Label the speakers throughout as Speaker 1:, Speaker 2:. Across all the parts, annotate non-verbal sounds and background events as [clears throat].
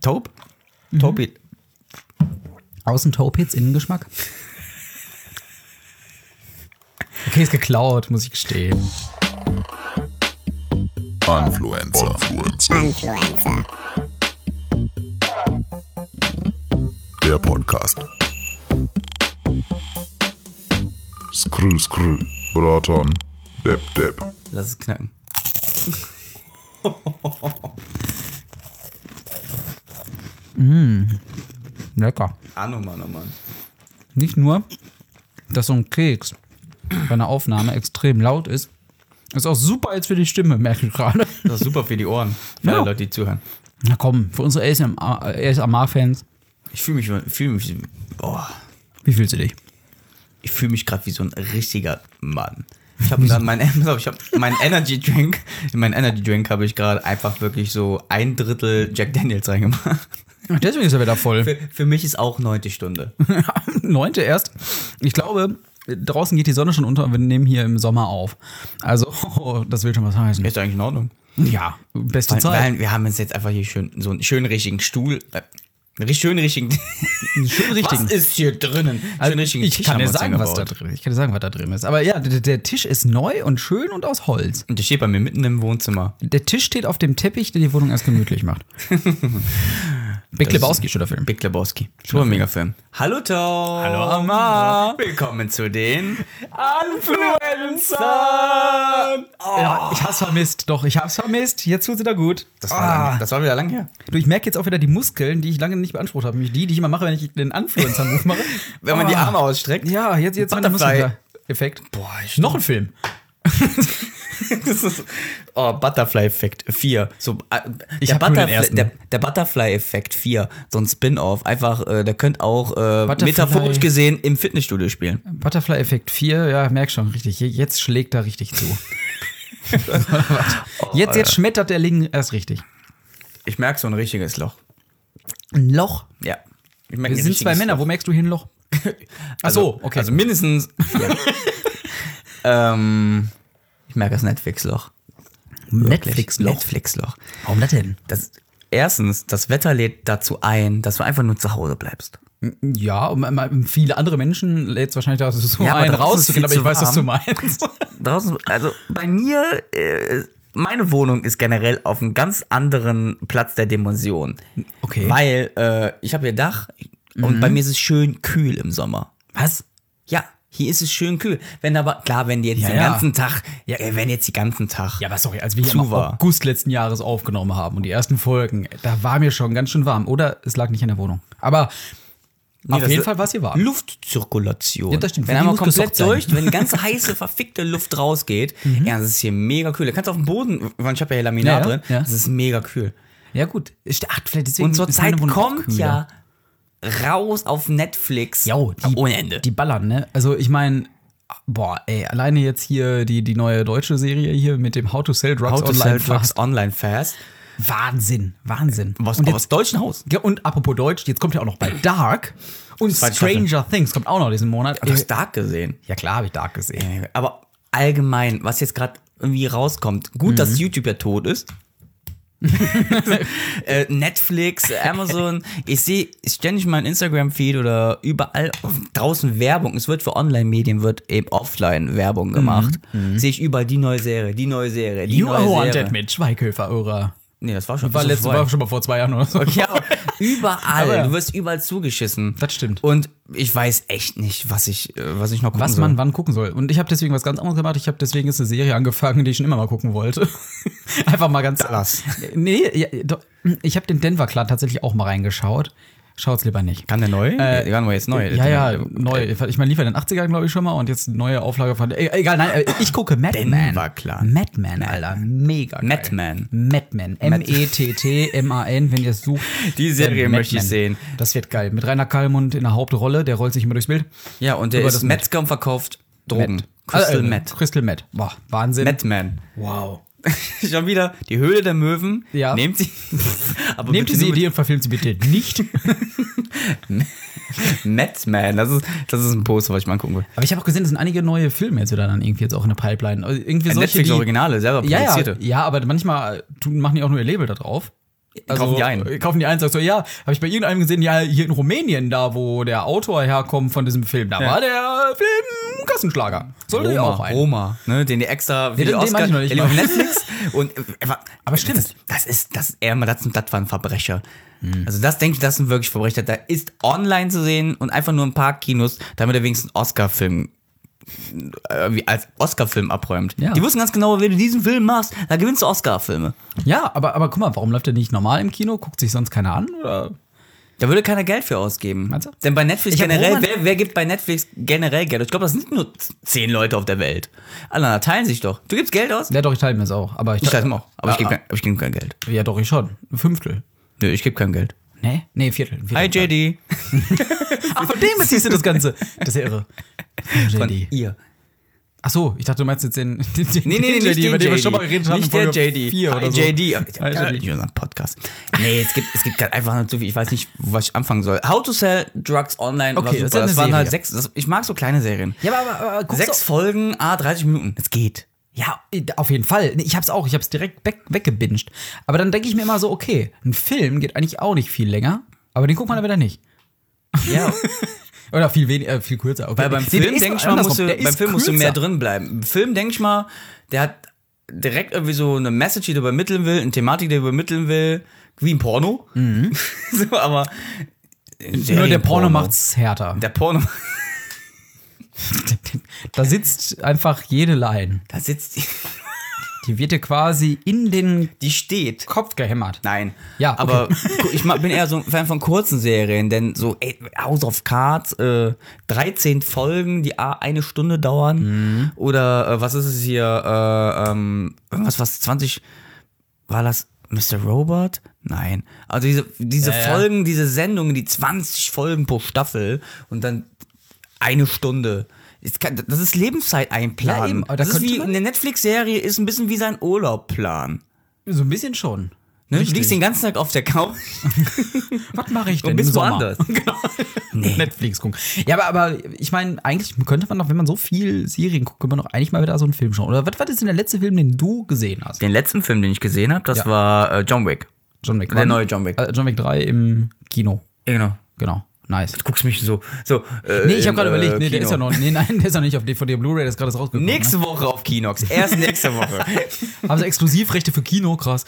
Speaker 1: Taupe? Taupit.
Speaker 2: Mhm. Außen Taupitz, Innengeschmack. Okay, ist geklaut, muss ich gestehen.
Speaker 3: Influencer.
Speaker 4: Influencer.
Speaker 3: Der Podcast. Skrrr, skrrr. Braton. Depp, depp.
Speaker 1: Lass
Speaker 2: [laughs]
Speaker 1: es knacken.
Speaker 2: Mm, Lecker.
Speaker 1: Ahnung, Mann, oh Mann.
Speaker 2: Nicht nur, dass so ein Keks bei einer Aufnahme extrem laut ist, ist auch super jetzt für die Stimme, merke ich [laughs] gerade.
Speaker 1: Das ist super für die Ohren. Für
Speaker 2: Ja.
Speaker 1: alle Leute, die zuhören.
Speaker 2: Na komm, für unsere ASMR-Fans,
Speaker 1: Ich fühle mich, fühl mich, boah,
Speaker 2: wie fühlst du dich?
Speaker 1: ich fühle mich gerade wie so ein richtiger Mann. Ich habe gerade [laughs] meinen ich hab meinen Energy Drink, in meinen Energy Drink habe ich gerade einfach wirklich so ein Drittel Jack Daniels reingemacht.
Speaker 2: Ach, Deswegen ist er wieder voll.
Speaker 1: Für, für mich ist auch neunte Stunde.
Speaker 2: [laughs] Neunte erst. Ich glaube, draußen geht die Sonne schon unter und wir nehmen hier im Sommer auf. Also, [laughs] das will schon was heißen.
Speaker 1: Ist eigentlich in Ordnung.
Speaker 2: Ja, beste
Speaker 1: Weil,
Speaker 2: Zeit.
Speaker 1: weil wir haben uns jetzt einfach hier schön so einen schönen richtigen Stuhl, äh, einen schönen richtigen. [laughs]
Speaker 2: Schön richtig.
Speaker 1: Was ist hier drinnen?
Speaker 2: Also,
Speaker 1: Schönen
Speaker 2: ich
Speaker 1: richtigen Tisch
Speaker 2: kann
Speaker 1: haben wir
Speaker 2: dir
Speaker 1: uns
Speaker 2: sagen, was da
Speaker 1: eingebaut.
Speaker 2: drin ist. Ich kann dir sagen, was da drin ist. Aber ja, der, der Tisch ist neu und schön und aus Holz.
Speaker 1: Und der steht bei mir mitten im Wohnzimmer.
Speaker 2: Der Tisch steht auf dem Teppich, der die Wohnung erst gemütlich macht.
Speaker 1: [laughs]
Speaker 2: Big Lebowski schon dafür.
Speaker 1: Big Lebowski. Super mega Film. Hallo Tau.
Speaker 2: Hallo, Amma.
Speaker 1: Willkommen zu den Influencern.
Speaker 2: Ja, Oh, ich hab's vermisst, doch, ich hab's vermisst. Jetzt tut's wieder gut.
Speaker 1: Das war, lang,
Speaker 2: ah.
Speaker 1: das war wieder lang her.
Speaker 2: Du, ich merke jetzt auch wieder die Muskeln, die ich lange nicht beansprucht habe. Nämlich die, die ich immer mache, wenn ich den Anfluencer-Move mache.
Speaker 1: Wenn man die
Speaker 2: Ah.
Speaker 1: Arme ausstreckt.
Speaker 2: Ja, jetzt, jetzt meine
Speaker 1: Butterfly.
Speaker 2: Muskeln wieder. Effekt.
Speaker 1: Boah, ich
Speaker 2: Noch ein Film.
Speaker 1: [laughs] das ist, oh, Butterfly-Effekt 4. So, äh,
Speaker 2: Ich
Speaker 1: der,
Speaker 2: hab nur den
Speaker 1: Butterfly-
Speaker 2: ersten.
Speaker 1: der, der Butterfly-Effekt 4, so ein Spin-off. Einfach, äh, der könnt auch äh,
Speaker 2: Butterfly-
Speaker 1: metaphorisch gesehen im Fitnessstudio spielen.
Speaker 2: Butterfly-Effekt 4, ja, merk schon, richtig. Je- Jetzt schlägt er richtig
Speaker 1: [laughs]
Speaker 2: zu.
Speaker 1: Oh,
Speaker 2: jetzt, jetzt schmettert der Lingen erst richtig.
Speaker 1: Ich merke so ein richtiges Loch.
Speaker 2: Ein Loch.
Speaker 1: Ja. Ich merk
Speaker 2: Wir sind
Speaker 1: ein
Speaker 2: zwei
Speaker 1: richtiges
Speaker 2: Männer, wo merkst du hier ein Loch? Ach so, okay.
Speaker 1: Also mindestens.
Speaker 2: [laughs]
Speaker 1: ähm, ich merke das Netflix-Loch.
Speaker 2: Netflix-Loch.
Speaker 1: Netflix-Loch.
Speaker 2: Warum das denn?
Speaker 1: Das, erstens, das Wetter lädt dazu ein, dass du einfach nur zu Hause bleibst.
Speaker 2: Ja, um- um- viele andere Menschen lädt es wahrscheinlich dazu
Speaker 1: Ja, aber
Speaker 2: ein,
Speaker 1: draußen ist
Speaker 2: rauszugehen,
Speaker 1: viel
Speaker 2: aber ich
Speaker 1: zu
Speaker 2: weiß, was du
Speaker 1: warm. [laughs]
Speaker 2: meinst.
Speaker 1: Draußen, also bei mir, äh, meine Wohnung ist generell auf einem ganz anderen Platz der Dimension.
Speaker 2: Okay. Mhm.
Speaker 1: Weil äh, ich habe hier Dach und bei mir ist es schön kühl im Sommer.
Speaker 2: Was?
Speaker 1: Ja, hier ist es schön kühl. Wenn aber, klar, wenn die jetzt
Speaker 2: Ja,
Speaker 1: den
Speaker 2: ja.
Speaker 1: ganzen Tag, ja, wenn jetzt den ganzen Tag.
Speaker 2: Ja, aber sorry, als wir hier
Speaker 1: Zu
Speaker 2: im
Speaker 1: warm.
Speaker 2: August letzten Jahres aufgenommen haben und die ersten Folgen, da war mir schon ganz schön warm. Oder es lag nicht in der Wohnung. Aber auf
Speaker 1: das-
Speaker 2: jeden Fall war es hier warm.
Speaker 1: Luftzirkulation.
Speaker 2: Ja, das stimmt.
Speaker 1: Wenn
Speaker 2: Die
Speaker 1: einmal
Speaker 2: muss gesockt
Speaker 1: komplett
Speaker 2: sein. Mhm.
Speaker 1: durch, wenn die ganze heiße, verfickte Luft rausgeht, ja, das ist hier mega kühl. Da kannst du auf dem Boden, weil ich habe ja hier Laminat
Speaker 2: Ja, ja,
Speaker 1: drin,
Speaker 2: ja.
Speaker 1: das ist mega kühl.
Speaker 2: Ja, gut. Ich- Ach, vielleicht deswegen
Speaker 1: Und zur
Speaker 2: ist meine
Speaker 1: Zeit
Speaker 2: Wohnung auch
Speaker 1: kommt
Speaker 2: kühler.
Speaker 1: ja raus auf Netflix.
Speaker 2: Ja, oh, die,
Speaker 1: ohne Ende.
Speaker 2: Die ballern, ne? Also ich meine, boah, ey, alleine jetzt hier die, die neue deutsche Serie hier mit dem How to Sell Drugs
Speaker 1: How to
Speaker 2: Online
Speaker 1: sell drugs
Speaker 2: Fast.
Speaker 1: online fast.
Speaker 2: Wahnsinn, Wahnsinn.
Speaker 1: Was,
Speaker 2: und, jetzt,
Speaker 1: aus deutschen Haus.
Speaker 2: ja, und apropos Deutsch, jetzt kommt ja auch noch
Speaker 1: [clears throat]
Speaker 2: bei Dark und
Speaker 1: Zweite
Speaker 2: Stranger Things kommt auch noch diesen Monat. Äh,
Speaker 1: Du hast Dark gesehen.
Speaker 2: Ja klar, habe ich Dark gesehen.
Speaker 1: Aber allgemein, was jetzt gerade irgendwie rauskommt. Gut,
Speaker 2: Mhm.
Speaker 1: dass YouTube ja
Speaker 2: [laughs]
Speaker 1: tot ist. äh, Netflix, Amazon. Ich sehe ständig mein Instagram-Feed oder überall draußen Werbung. Es wird für Online-Medien wird eben Offline-Werbung gemacht. Sehe ich überall die neue Serie, die neue Serie, die
Speaker 2: Mhm. You
Speaker 1: neue
Speaker 2: are wanted
Speaker 1: Serie.
Speaker 2: mit Schweighöfer, oder?
Speaker 1: Nee, das war schon
Speaker 2: War
Speaker 1: das
Speaker 2: letzte
Speaker 1: vorbei.
Speaker 2: Woche schon mal vor zwei Jahren oder so. [laughs]
Speaker 1: Ja, aber überall.
Speaker 2: Aber ja.
Speaker 1: Du wirst überall zugeschissen.
Speaker 2: Das stimmt.
Speaker 1: Und ich weiß echt nicht, was ich, äh, was ich noch gucken
Speaker 2: Was
Speaker 1: soll.
Speaker 2: man wann gucken soll. Und ich habe deswegen was ganz anderes gemacht. Ich habe deswegen jetzt eine Serie angefangen, die ich schon immer mal gucken wollte. [laughs] Einfach mal ganz.
Speaker 1: Dallas.
Speaker 2: Nee, ja, doch, ich habe den Denver Clan tatsächlich auch mal reingeschaut. Schaut's lieber nicht.
Speaker 1: Kann der neu? Äh, kann wir jetzt neu?
Speaker 2: Ja, ja, neu. Ich meine, lief in den 80ern, glaube ich, schon mal und jetzt neue Auflage von. E- Egal, nein, äh, ich gucke Madman.
Speaker 1: Denver Clan.
Speaker 2: Madman, Alter. Mega geil.
Speaker 1: Madman.
Speaker 2: Madman. M-E-T-T-M-A-N, wenn ihr es sucht.
Speaker 1: Die Serie
Speaker 2: Äh,
Speaker 1: möchte ich
Speaker 2: Madman.
Speaker 1: sehen.
Speaker 2: Das wird geil. Mit Rainer Kallmund in der Hauptrolle, der rollt sich immer durchs Bild.
Speaker 1: Ja, und der
Speaker 2: Über
Speaker 1: ist
Speaker 2: das Met.
Speaker 1: Metzger und verkauft Drogen.
Speaker 2: Matt.
Speaker 1: Crystal
Speaker 2: Äh, äh,
Speaker 1: Meth.
Speaker 2: Crystal Matt. Boah, Wahnsinn.
Speaker 1: Madman. [laughs]
Speaker 2: Wow.
Speaker 1: Schon wieder die Höhle der Möwen.
Speaker 2: Ja. [laughs]
Speaker 1: Nehmt sie. aber
Speaker 2: Nehmt
Speaker 1: bitte
Speaker 2: diese
Speaker 1: nur mit
Speaker 2: Idee und verfilmt sie bitte nicht.
Speaker 1: Madman. Das ist, das ist ein Poster, was ich mal angucken will.
Speaker 2: [laughs] Aber ich habe auch gesehen, es sind einige neue Filme jetzt wieder dann irgendwie jetzt auch in der Pipeline. Also irgendwie solche, die-
Speaker 1: Netflix-Originale,
Speaker 2: Ja,
Speaker 1: selber
Speaker 2: äh, ja,
Speaker 1: produzierte.
Speaker 2: ja, aber manchmal tun, machen die auch nur ihr Label da drauf. Also,
Speaker 1: Kaufen die ein.
Speaker 2: Kaufen die ein, sagst du, ja, habe ich bei irgendeinem gesehen, ja, hier in Rumänien, da wo der Autor herkommt von diesem Film, da war der Film ein Kassenschlager. Sollte ja auch ein.
Speaker 1: Roma, ne, den die extra für
Speaker 2: den-
Speaker 1: die
Speaker 2: den
Speaker 1: Oscar,
Speaker 2: meine ich noch nicht
Speaker 1: der lief auf
Speaker 2: mal.
Speaker 1: Netflix
Speaker 2: [laughs]
Speaker 1: und äh,
Speaker 2: Aber stimmt.
Speaker 1: Das, das ist das er das, sind- das waren Verbrecher. Also das denke ich, das sind wirklich Verbrecher. Da ist online zu sehen und einfach nur ein paar Kinos, damit er wenigstens einen Oscar-Film äh, wie als Oscar-Film abräumt.
Speaker 2: Ja.
Speaker 1: Die wussten ganz genau, wenn du diesen Film machst, da gewinnst du Oscar-Filme.
Speaker 2: Ja, aber, aber guck mal, warum läuft der nicht normal im Kino? Guckt sich sonst keiner an? Oder?
Speaker 1: Da würde keiner Geld für ausgeben.
Speaker 2: Meinst du?
Speaker 1: Denn bei Netflix
Speaker 2: Ich hab
Speaker 1: generell,
Speaker 2: Roman-
Speaker 1: wer, wer gibt bei Netflix generell Geld? aus? Ich glaube, das sind nur zehn Leute auf der Welt. Alle anderen teilen sich doch. Du gibst Geld aus?
Speaker 2: Ja, doch, ich teile mir das auch. Aber ich,
Speaker 1: Ich teile ihm auch, aber ich
Speaker 2: ja,
Speaker 1: gebe kein, aber ich geb kein Geld.
Speaker 2: Ja, doch, ich schon. Ein Fünftel.
Speaker 1: Nö, ich gebe kein Geld.
Speaker 2: Nee? Nee, ein Viertel. Ein Viertel
Speaker 1: Hi JD.
Speaker 2: Ach, von [laughs] dem beziehst du das Ganze. Das ist ja irre.
Speaker 1: Von
Speaker 2: JD.
Speaker 1: ihr.
Speaker 2: Ach so, ich dachte, du meinst jetzt den, den, den [laughs]
Speaker 1: Nee, nee, nee,
Speaker 2: den
Speaker 1: nicht
Speaker 2: JD,
Speaker 1: den
Speaker 2: über den wir
Speaker 1: JD.
Speaker 2: schon mal geredet haben.
Speaker 1: Nicht
Speaker 2: in
Speaker 1: der
Speaker 2: Folge
Speaker 1: JD.
Speaker 2: vier
Speaker 1: Hi
Speaker 2: oder so.
Speaker 1: JD.
Speaker 2: Hi,
Speaker 1: Ja,
Speaker 2: JD.
Speaker 1: Nicht unseren Podcast. Nee, es gibt, es gibt grad einfach nur zu viel. Ich weiß nicht, was ich anfangen soll. How to Sell Drugs Online
Speaker 2: Okay,
Speaker 1: war
Speaker 2: das ist
Speaker 1: super.
Speaker 2: eine
Speaker 1: Das, waren
Speaker 2: Serie.
Speaker 1: halt sechs, das, ich mag so kleine Serien.
Speaker 2: Ja, aber, aber, aber guckst
Speaker 1: sechs Folgen, ah, 30 Minuten. Es geht.
Speaker 2: Ja, auf jeden Fall. Nee, Ich hab's auch, ich hab's direkt weg, weggebinged. Aber dann denke ich mir immer so, okay, ein Film geht eigentlich auch nicht viel länger, aber den guckt man dann wieder nicht.
Speaker 1: Ja.
Speaker 2: [laughs] Oder viel weniger, äh, viel kürzer. Okay.
Speaker 1: Weil beim
Speaker 2: Nee, der
Speaker 1: Film,
Speaker 2: ist
Speaker 1: denke ich mal, musst
Speaker 2: andersrum,
Speaker 1: du,
Speaker 2: der
Speaker 1: beim
Speaker 2: ist
Speaker 1: Film musst du mehr
Speaker 2: kürzer.
Speaker 1: drin bleiben. Im Film, denke ich mal, der hat direkt irgendwie so eine Message, die du übermitteln will, eine Thematik, die du übermitteln will, wie ein Porno. [laughs] so, aber.
Speaker 2: Mhm. Nur der Porno
Speaker 1: Serienporno.
Speaker 2: macht's [laughs] härter.
Speaker 1: Der Porno. [laughs]
Speaker 2: Da sitzt einfach jede Line.
Speaker 1: Da sitzt die.
Speaker 2: Die wird dir quasi in den
Speaker 1: Die steht.
Speaker 2: Kopf gehämmert.
Speaker 1: Nein.
Speaker 2: Ja, okay.
Speaker 1: Aber gu- ich ma- bin eher so ein Fan von kurzen Serien, denn so ey, House of Cards, äh, 13 Folgen, die a- eine Stunde dauern.
Speaker 2: Mhm.
Speaker 1: Oder äh, was ist es hier? Äh, ähm, irgendwas, was 20. War das Mr. Robot? Nein. Also diese, diese
Speaker 2: Ja, ja.
Speaker 1: Folgen, diese Sendungen, die 20 Folgen pro Staffel und dann eine Stunde. Es kann- Das ist Lebenszeit
Speaker 2: Ja, eben,
Speaker 1: einplanen.
Speaker 2: aber da
Speaker 1: das ist
Speaker 2: könnte
Speaker 1: wie
Speaker 2: man-
Speaker 1: eine Netflix-Serie ist ein bisschen wie sein Urlaub planen.
Speaker 2: So ein bisschen schon.
Speaker 1: Ne? Du
Speaker 2: Richtig.
Speaker 1: liegst den ganzen Tag auf der Couch.
Speaker 2: Was mache ich denn?
Speaker 1: bist
Speaker 2: im Sommer?
Speaker 1: woanders.
Speaker 2: genau. Netflix gucken. Ja, aber, aber ich meine, eigentlich könnte man doch, wenn man so viel Serien guckt, könnte man doch eigentlich mal wieder so einen Film schauen. Oder was, was ist denn der letzte Film, [laughs] den du gesehen hast?
Speaker 1: Den letzten Film, den ich gesehen habe, das
Speaker 2: Ja.
Speaker 1: war äh, John Wick.
Speaker 2: John Wick.
Speaker 1: Der neue John Wick.
Speaker 2: Äh, John Wick 3 im Kino.
Speaker 1: Ja, genau.
Speaker 2: Genau. Nice.
Speaker 1: Du guckst mich so. so äh,
Speaker 2: Nee, ich habe
Speaker 1: im,
Speaker 2: gerade
Speaker 1: äh,
Speaker 2: überlegt, nee, der
Speaker 1: Kino.
Speaker 2: ist ja noch, nee, nein, [laughs] der ist ja nicht auf DVD und Blu-ray, der ist gerade erst rausgekommen.
Speaker 1: Nächste Woche auf Kinox. Erst nächste Woche.
Speaker 2: Ne? Haben sie Exklusivrechte für Kino, krass.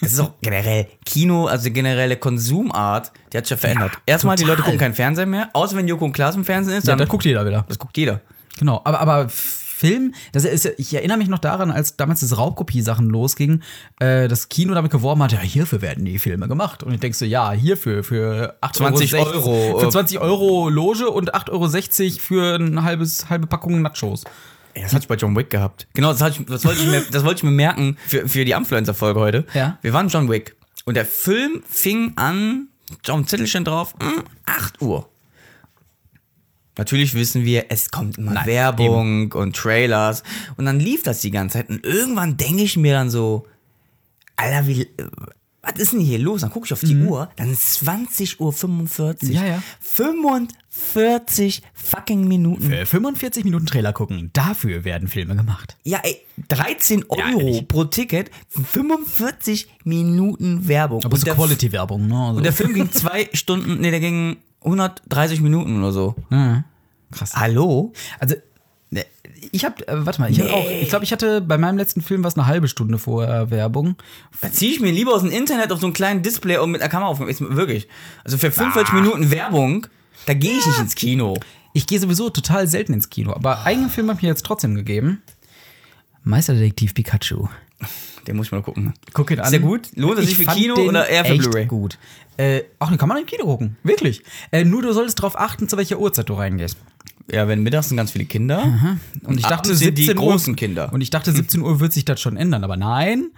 Speaker 1: Das ist auch generell Kino, also die generelle Konsumart, die hat sich ja verändert. Erstmal, die
Speaker 2: total.
Speaker 1: Leute gucken keinen Fernseher mehr, außer wenn Joko und Klaas im Fernsehen
Speaker 2: [laughs]
Speaker 1: ist,
Speaker 2: Ja,
Speaker 1: dann
Speaker 2: da guckt jeder wieder.
Speaker 1: das guckt jeder.
Speaker 2: Genau, aber, aber Film, das ist, ich erinnere mich noch daran, als damals diese Raubkopie-Sachen losging, äh, das Kino damit geworben hat, ja, hierfür werden die Filme gemacht. Und ich denke so, ja, hierfür, für 8
Speaker 1: 20 Euro,
Speaker 2: Für
Speaker 1: äh,
Speaker 2: 20 Euro Loge und 8,60 Euro für eine halbes, halbe Packung Nachos.
Speaker 1: Ey, das hatte ich bei John Wick gehabt. Genau, das, hatte ich, das, wollte, ich mir, das wollte ich mir merken für, für die Influencer-Folge heute.
Speaker 2: Ja.
Speaker 1: Wir waren John Wick. Und der Film fing an, auf dem Zettelchen drauf, mm, 8 Uhr. Natürlich wissen wir, es kommt immer
Speaker 2: Nein,
Speaker 1: Werbung und Trailers. Und dann lief das die ganze Zeit. Und irgendwann denke ich mir dann so, Alter, wie. äh, Was ist denn hier los? Dann gucke ich auf die Uhr, dann ist 20.45 Uhr. 45.
Speaker 2: Ja, ja.
Speaker 1: 45 fucking Minuten.
Speaker 2: Für 45 Minuten Trailer gucken, dafür werden Filme gemacht.
Speaker 1: Ja, ey, 13
Speaker 2: Ja,
Speaker 1: Euro
Speaker 2: ehrlich.
Speaker 1: pro Ticket, 45 Minuten Werbung.
Speaker 2: Aber es
Speaker 1: und,
Speaker 2: ist
Speaker 1: der,
Speaker 2: Quality-Werbung, ne? Also,
Speaker 1: und der Film
Speaker 2: [laughs]
Speaker 1: ging zwei Stunden, nee, der ging 130 Minuten oder so.
Speaker 2: Hm. krass.
Speaker 1: Hallo?
Speaker 2: Also, ne, ich hab, äh, warte mal, ich hab auch, ich glaube, ich hatte bei meinem letzten Film was eine halbe Stunde vorher Werbung.
Speaker 1: Da ziehe ich mir lieber aus dem Internet auf so einen kleinen Display und mit einer Kamera auf. Ist, wirklich. Also für
Speaker 2: Ah.
Speaker 1: 45 Minuten Werbung, da gehe ich nicht ins Kino.
Speaker 2: Ich gehe sowieso total selten ins Kino, aber einen Film hat mir jetzt trotzdem gegeben. Meisterdetektiv Pikachu.
Speaker 1: Den muss ich mal gucken.
Speaker 2: Guck ihn an.
Speaker 1: Ist der gut? Lohnt er sich für
Speaker 2: fand
Speaker 1: Kino
Speaker 2: den
Speaker 1: oder eher für
Speaker 2: echt
Speaker 1: Blu-ray?
Speaker 2: gut. Äh, ach, den kann man im Kino gucken. Wirklich. Äh, nur du solltest darauf achten, zu welcher Uhrzeit du reingehst.
Speaker 1: Ja, wenn mittags sind ganz viele Kinder.
Speaker 2: Und ich dachte,
Speaker 1: abends sind die
Speaker 2: 17
Speaker 1: großen
Speaker 2: Uhr,
Speaker 1: Kinder.
Speaker 2: Und ich dachte, 17 Uhr wird sich das schon ändern, aber
Speaker 1: [laughs]
Speaker 2: nein.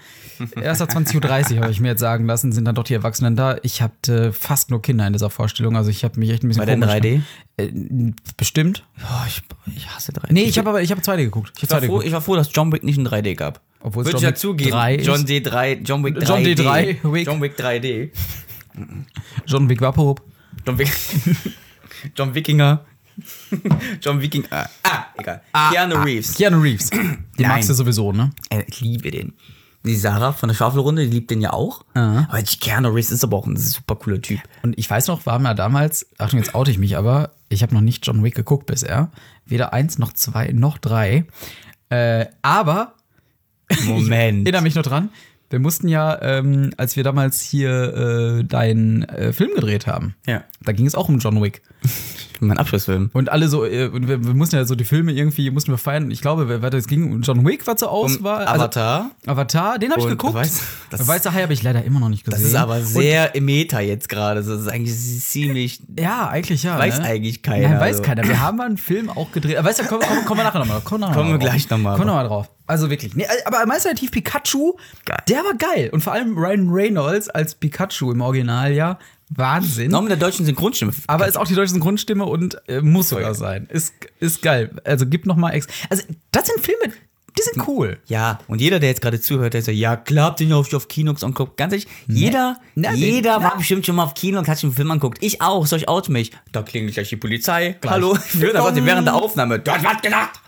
Speaker 2: Erst ab 20.30 Uhr habe ich mir jetzt sagen lassen, sind dann doch die Erwachsenen da. Ich hatte fast nur Kinder in dieser Vorstellung, also ich habe mich echt ein bisschen
Speaker 1: War der
Speaker 2: komisch-
Speaker 1: in 3D?
Speaker 2: Äh, bestimmt.
Speaker 1: Boah, ich, ich hasse 3D.
Speaker 2: Nee, ich habe aber ich habe 2D geguckt. Ich
Speaker 1: Ich
Speaker 2: habe
Speaker 1: war,
Speaker 2: 2D
Speaker 1: froh,
Speaker 2: geguckt.
Speaker 1: ich war froh, dass John Wick nicht in 3D gab.
Speaker 2: Obwohl es
Speaker 1: Würde
Speaker 2: John
Speaker 1: ich ja
Speaker 2: Wick
Speaker 1: zugeben.
Speaker 2: 3 ist.
Speaker 1: John D3, John Wick 3D.
Speaker 2: John D3, Wick.
Speaker 1: John Wick 3D.
Speaker 2: John Wick Vaporub.
Speaker 1: John Wick. [laughs] John Wikinger. [laughs] John Wiking. Ah, ah egal. Keanu Reeves. [clears throat]
Speaker 2: Keanu Reeves. Den magst du sowieso, ne?
Speaker 1: Ey, Ich liebe den. die Sarah von der Schwafelrunde, die liebt den ja auch. Aber Keanu Reeves ist aber auch ein super
Speaker 2: [laughs]
Speaker 1: cooler Typ.
Speaker 2: Und ich weiß noch, wir haben ja damals, Achtung, jetzt oute ich mich aber, ich habe noch nicht John Wick geguckt bisher. Weder eins, noch zwei, noch drei. Äh, aber,
Speaker 1: Moment.
Speaker 2: erinnere mich noch dran, wir mussten ja, ähm, als wir damals hier äh, deinen äh, Film gedreht haben,
Speaker 1: Ja.
Speaker 2: da ging es auch um John Wick.
Speaker 1: mein Abschlussfilm.
Speaker 2: Und alle so, äh, und wir, wir mussten ja so die Filme irgendwie, mussten wir feiern. Ich glaube, wer- warte, es ging um John Wick, war zur Auswahl. Also,
Speaker 1: Um Avatar.
Speaker 2: Avatar, den habe ich
Speaker 1: Und
Speaker 2: geguckt.
Speaker 1: Weiß- das-
Speaker 2: Weißer Hai habe ich leider immer noch nicht gesehen.
Speaker 1: Das ist aber sehr im Meta jetzt gerade. Das ist eigentlich ziemlich.
Speaker 2: Ja, eigentlich ja.
Speaker 1: Weiß
Speaker 2: ne?
Speaker 1: eigentlich keiner,
Speaker 2: Nein, weiß
Speaker 1: also.
Speaker 2: keiner. Wir haben mal einen Film auch gedreht. Aber Weißt du, komm, komm, kommen wir nachher nochmal. Kommen,
Speaker 1: Kommen wir gleich noch mal
Speaker 2: Kommen wir nochmal drauf. Also wirklich. Nee, aber Meister Tief Pikachu, der war geil. Und vor allem Ryan Reynolds als Pikachu im Original, ja. Wahnsinn.
Speaker 1: Noch mit der deutschen Synchronstimme.
Speaker 2: aber ist auch die deutsche Synchronstimme und äh, muss sogar sein. Ist, ist geil. Also gibt nochmal extra. Also, das sind Filme, die
Speaker 1: Hm.
Speaker 2: sind cool.
Speaker 1: ja, und jeder, der jetzt gerade zuhört, der sagt, ja klar, habt ihr nicht auf, auf Kinox anguckt. Ganz ehrlich, jeder,
Speaker 2: Na, den-
Speaker 1: jeder war
Speaker 2: na.
Speaker 1: bestimmt schon mal auf Kino und hat sich einen Film anguckt. Ich auch, so ich out mich. Da klingelt gleich die Polizei.
Speaker 2: Gleich.
Speaker 1: Hallo, [laughs] ich würde aber während der Aufnahme. Du hast was
Speaker 2: [laughs]
Speaker 1: gedacht.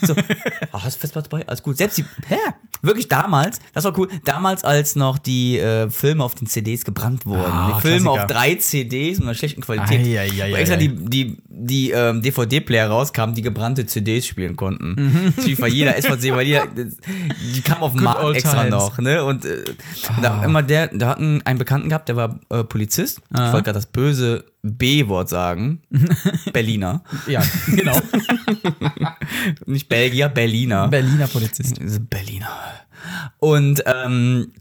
Speaker 1: So, ach, hast du Festplatz bei? Alles gut. Selbst die,
Speaker 2: Ja.
Speaker 1: wirklich damals, das war cool, damals, als noch die äh, Filme auf den CDs gebrannt wurden.
Speaker 2: Ah,
Speaker 1: die Filme
Speaker 2: Klassiker.
Speaker 1: auf drei CDs mit einer schlechten Qualität.
Speaker 2: Ei, ei, ei,
Speaker 1: wo
Speaker 2: ei,
Speaker 1: extra
Speaker 2: ei.
Speaker 1: die, die, die ähm, DVD-Player rauskamen, die gebrannte CDs spielen konnten. Mhm. Wie bei jeder SVC,
Speaker 2: [laughs]
Speaker 1: bei jeder, die kam auf den
Speaker 2: old
Speaker 1: Markt extra
Speaker 2: times. Ah.
Speaker 1: noch. Ne? Und äh, da immer der, da hatten einen Bekannten gehabt, der war äh, Polizist.
Speaker 2: Ah.
Speaker 1: Ich wollte gerade das böse
Speaker 2: [laughs]
Speaker 1: B-Wort sagen. Berliner.
Speaker 2: Ja,
Speaker 1: [laughs]
Speaker 2: genau.
Speaker 1: Nicht Belgier, Berliner.
Speaker 2: Berliner Polizist.
Speaker 1: Diese Berliner. Und ähm,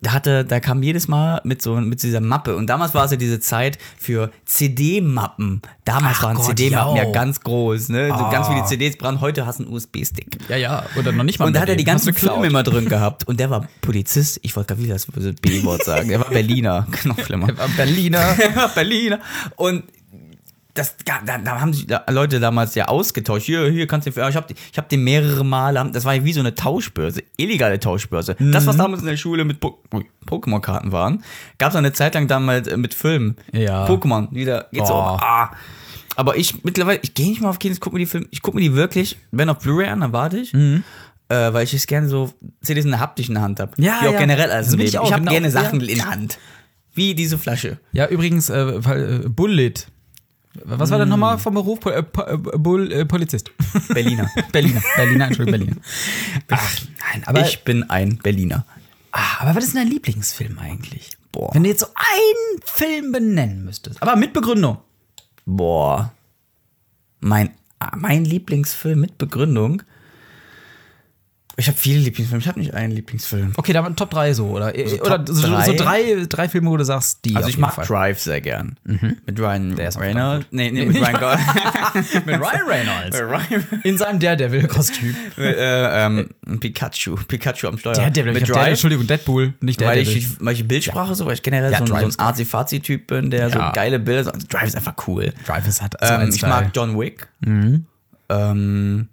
Speaker 1: da hatte, da kam jedes Mal mit so mit dieser Mappe. Und damals war es ja diese Zeit für CD-Mappen. Damals
Speaker 2: Ach
Speaker 1: waren
Speaker 2: Gott,
Speaker 1: CD-Mappen ja
Speaker 2: jau.
Speaker 1: ganz groß, ne? So ganz viele CDs brannten. Heute hast du einen USB-Stick.
Speaker 2: Ja, ja. Oder noch nicht mal.
Speaker 1: Und da hat er die
Speaker 2: daneben. Hast du
Speaker 1: ganzen
Speaker 2: geklaut.
Speaker 1: Filme immer drin gehabt. Und der war Polizist. Ich wollte gerade wieder das böse B-Wort sagen. Er war [laughs] Berliner. Noch schlimmer.
Speaker 2: Er war Berliner.
Speaker 1: Er war [laughs] Berliner. Und das, da, da da haben sich da- Leute damals ja ausgetauscht. Hier, hier kannst du den, ich habe ich hab den mehrere Male, das war ja wie so eine Tauschbörse, illegale Tauschbörse. Das,
Speaker 2: Mhm.
Speaker 1: was damals in der Schule mit Po- ui, Pokémon-Karten waren, gab es eine Zeit lang damals äh, mit Filmen.
Speaker 2: Ja.
Speaker 1: Pokémon, wieder, geht's
Speaker 2: Oh.
Speaker 1: auch. Ah. Aber ich mittlerweile, ich gehe nicht mal auf Kinos, gucke mir die Filme, ich gucke mir die wirklich, wenn auf Blu-ray an, dann warte ich.
Speaker 2: Mhm.
Speaker 1: Äh, weil ich es gerne so CDs in der haptischen Hand habe.
Speaker 2: Ja,
Speaker 1: Wie auch
Speaker 2: ja.
Speaker 1: generell alles
Speaker 2: So
Speaker 1: im
Speaker 2: bin
Speaker 1: Leben.
Speaker 2: ich
Speaker 1: Ich,
Speaker 2: auch,
Speaker 1: habe
Speaker 2: genau.
Speaker 1: gerne
Speaker 2: Ja.
Speaker 1: Sachen in der Hand. Wie diese Flasche.
Speaker 2: Ja, übrigens, äh, weil, äh, Bullet. Was war denn nochmal vom Beruf? Pol äh, Po- äh, Bull, äh, Polizist. [laughs]
Speaker 1: Berliner.
Speaker 2: Berliner. Berliner, Entschuldigung, Berliner. Ach, nein, aber,
Speaker 1: ich bin ein Berliner.
Speaker 2: [laughs] ah, aber was ist denn dein Lieblingsfilm eigentlich?
Speaker 1: Boah.
Speaker 2: Wenn du jetzt so einen Film benennen müsstest. Aber mit Begründung.
Speaker 1: Boah. Mein, ah, mein Lieblingsfilm mit Begründung. Ich habe viele Lieblingsfilme. Ich habe nicht einen Lieblingsfilm.
Speaker 2: Okay, dann Top 3 so, oder? Äh,
Speaker 1: Top
Speaker 2: oder so,
Speaker 1: drei?
Speaker 2: so drei, drei Filme, wo du sagst, die.
Speaker 1: Also
Speaker 2: auf
Speaker 1: ich
Speaker 2: jeden
Speaker 1: mag
Speaker 2: Fall. Mhm.
Speaker 1: Drive sehr gern. Mit Ryan
Speaker 2: ist auch
Speaker 1: Reynolds. Nee, nee, mit Ryan Gosling.
Speaker 2: [laughs] Mit Ryan Reynolds.
Speaker 1: Ryan-
Speaker 2: In seinem [laughs] Daredevil-Kostüm.
Speaker 1: äh, ähm, Pikachu. Pikachu am Steuer.
Speaker 2: Daredevil, ich hab
Speaker 1: mit
Speaker 2: Daredevil,
Speaker 1: Drive.
Speaker 2: Entschuldigung, Deadpool, nicht
Speaker 1: Weil
Speaker 2: Daredevil.
Speaker 1: ich, weil ich Bildsprache so, weil ich generell
Speaker 2: Ja,
Speaker 1: so, ein- so
Speaker 2: Drive
Speaker 1: ein
Speaker 2: ist
Speaker 1: Arzi-Fazi-Typ bin, der so
Speaker 2: Ja.
Speaker 1: geile Bilder. so- Drive ist einfach cool.
Speaker 2: Drive ist halt so
Speaker 1: Ähm,
Speaker 2: ein Mhm.
Speaker 1: ich
Speaker 2: Style.
Speaker 1: mag John Wick. Ähm,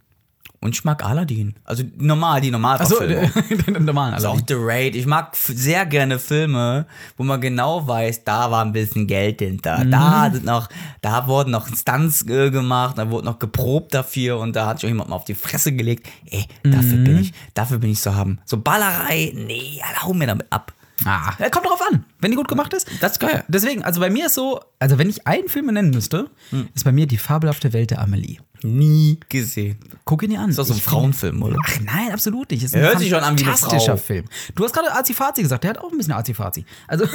Speaker 1: und ich mag Aladdin. Also normal, die normal
Speaker 2: Achso, den [laughs] den normalen.
Speaker 1: also
Speaker 2: Aladdin.
Speaker 1: auch The Raid. Ich mag f- sehr gerne Filme, wo man genau weiß, da war ein bisschen Geld hinter.
Speaker 2: Mhm.
Speaker 1: Da sind noch, da wurden noch Stunts äh, gemacht, da wurde noch geprobt dafür und da hat sich auch jemand mal auf die Fresse gelegt. Ey, dafür
Speaker 2: Mhm.
Speaker 1: bin ich, dafür bin ich zu haben. So Ballerei, nee, Alter, hau mir damit ab.
Speaker 2: Ah, ja, kommt drauf an, wenn die gut gemacht ist.
Speaker 1: Das ist geil.
Speaker 2: Deswegen, also bei mir ist so, also wenn ich einen Film nennen müsste,
Speaker 1: Hm.
Speaker 2: ist bei mir die fabelhafte Welt der Amelie.
Speaker 1: Nie gesehen.
Speaker 2: Guck ihn dir an. Ist
Speaker 1: doch so ein Frauenfilm,
Speaker 2: [laughs]
Speaker 1: oder?
Speaker 2: Ach nein, absolut nicht. Ist
Speaker 1: Er hört sich schon an wie eine
Speaker 2: fantastischer
Speaker 1: Frau.
Speaker 2: Film. Du hast gerade Azifazi gesagt, der hat auch ein bisschen Azifazi.
Speaker 1: [laughs]
Speaker 2: Also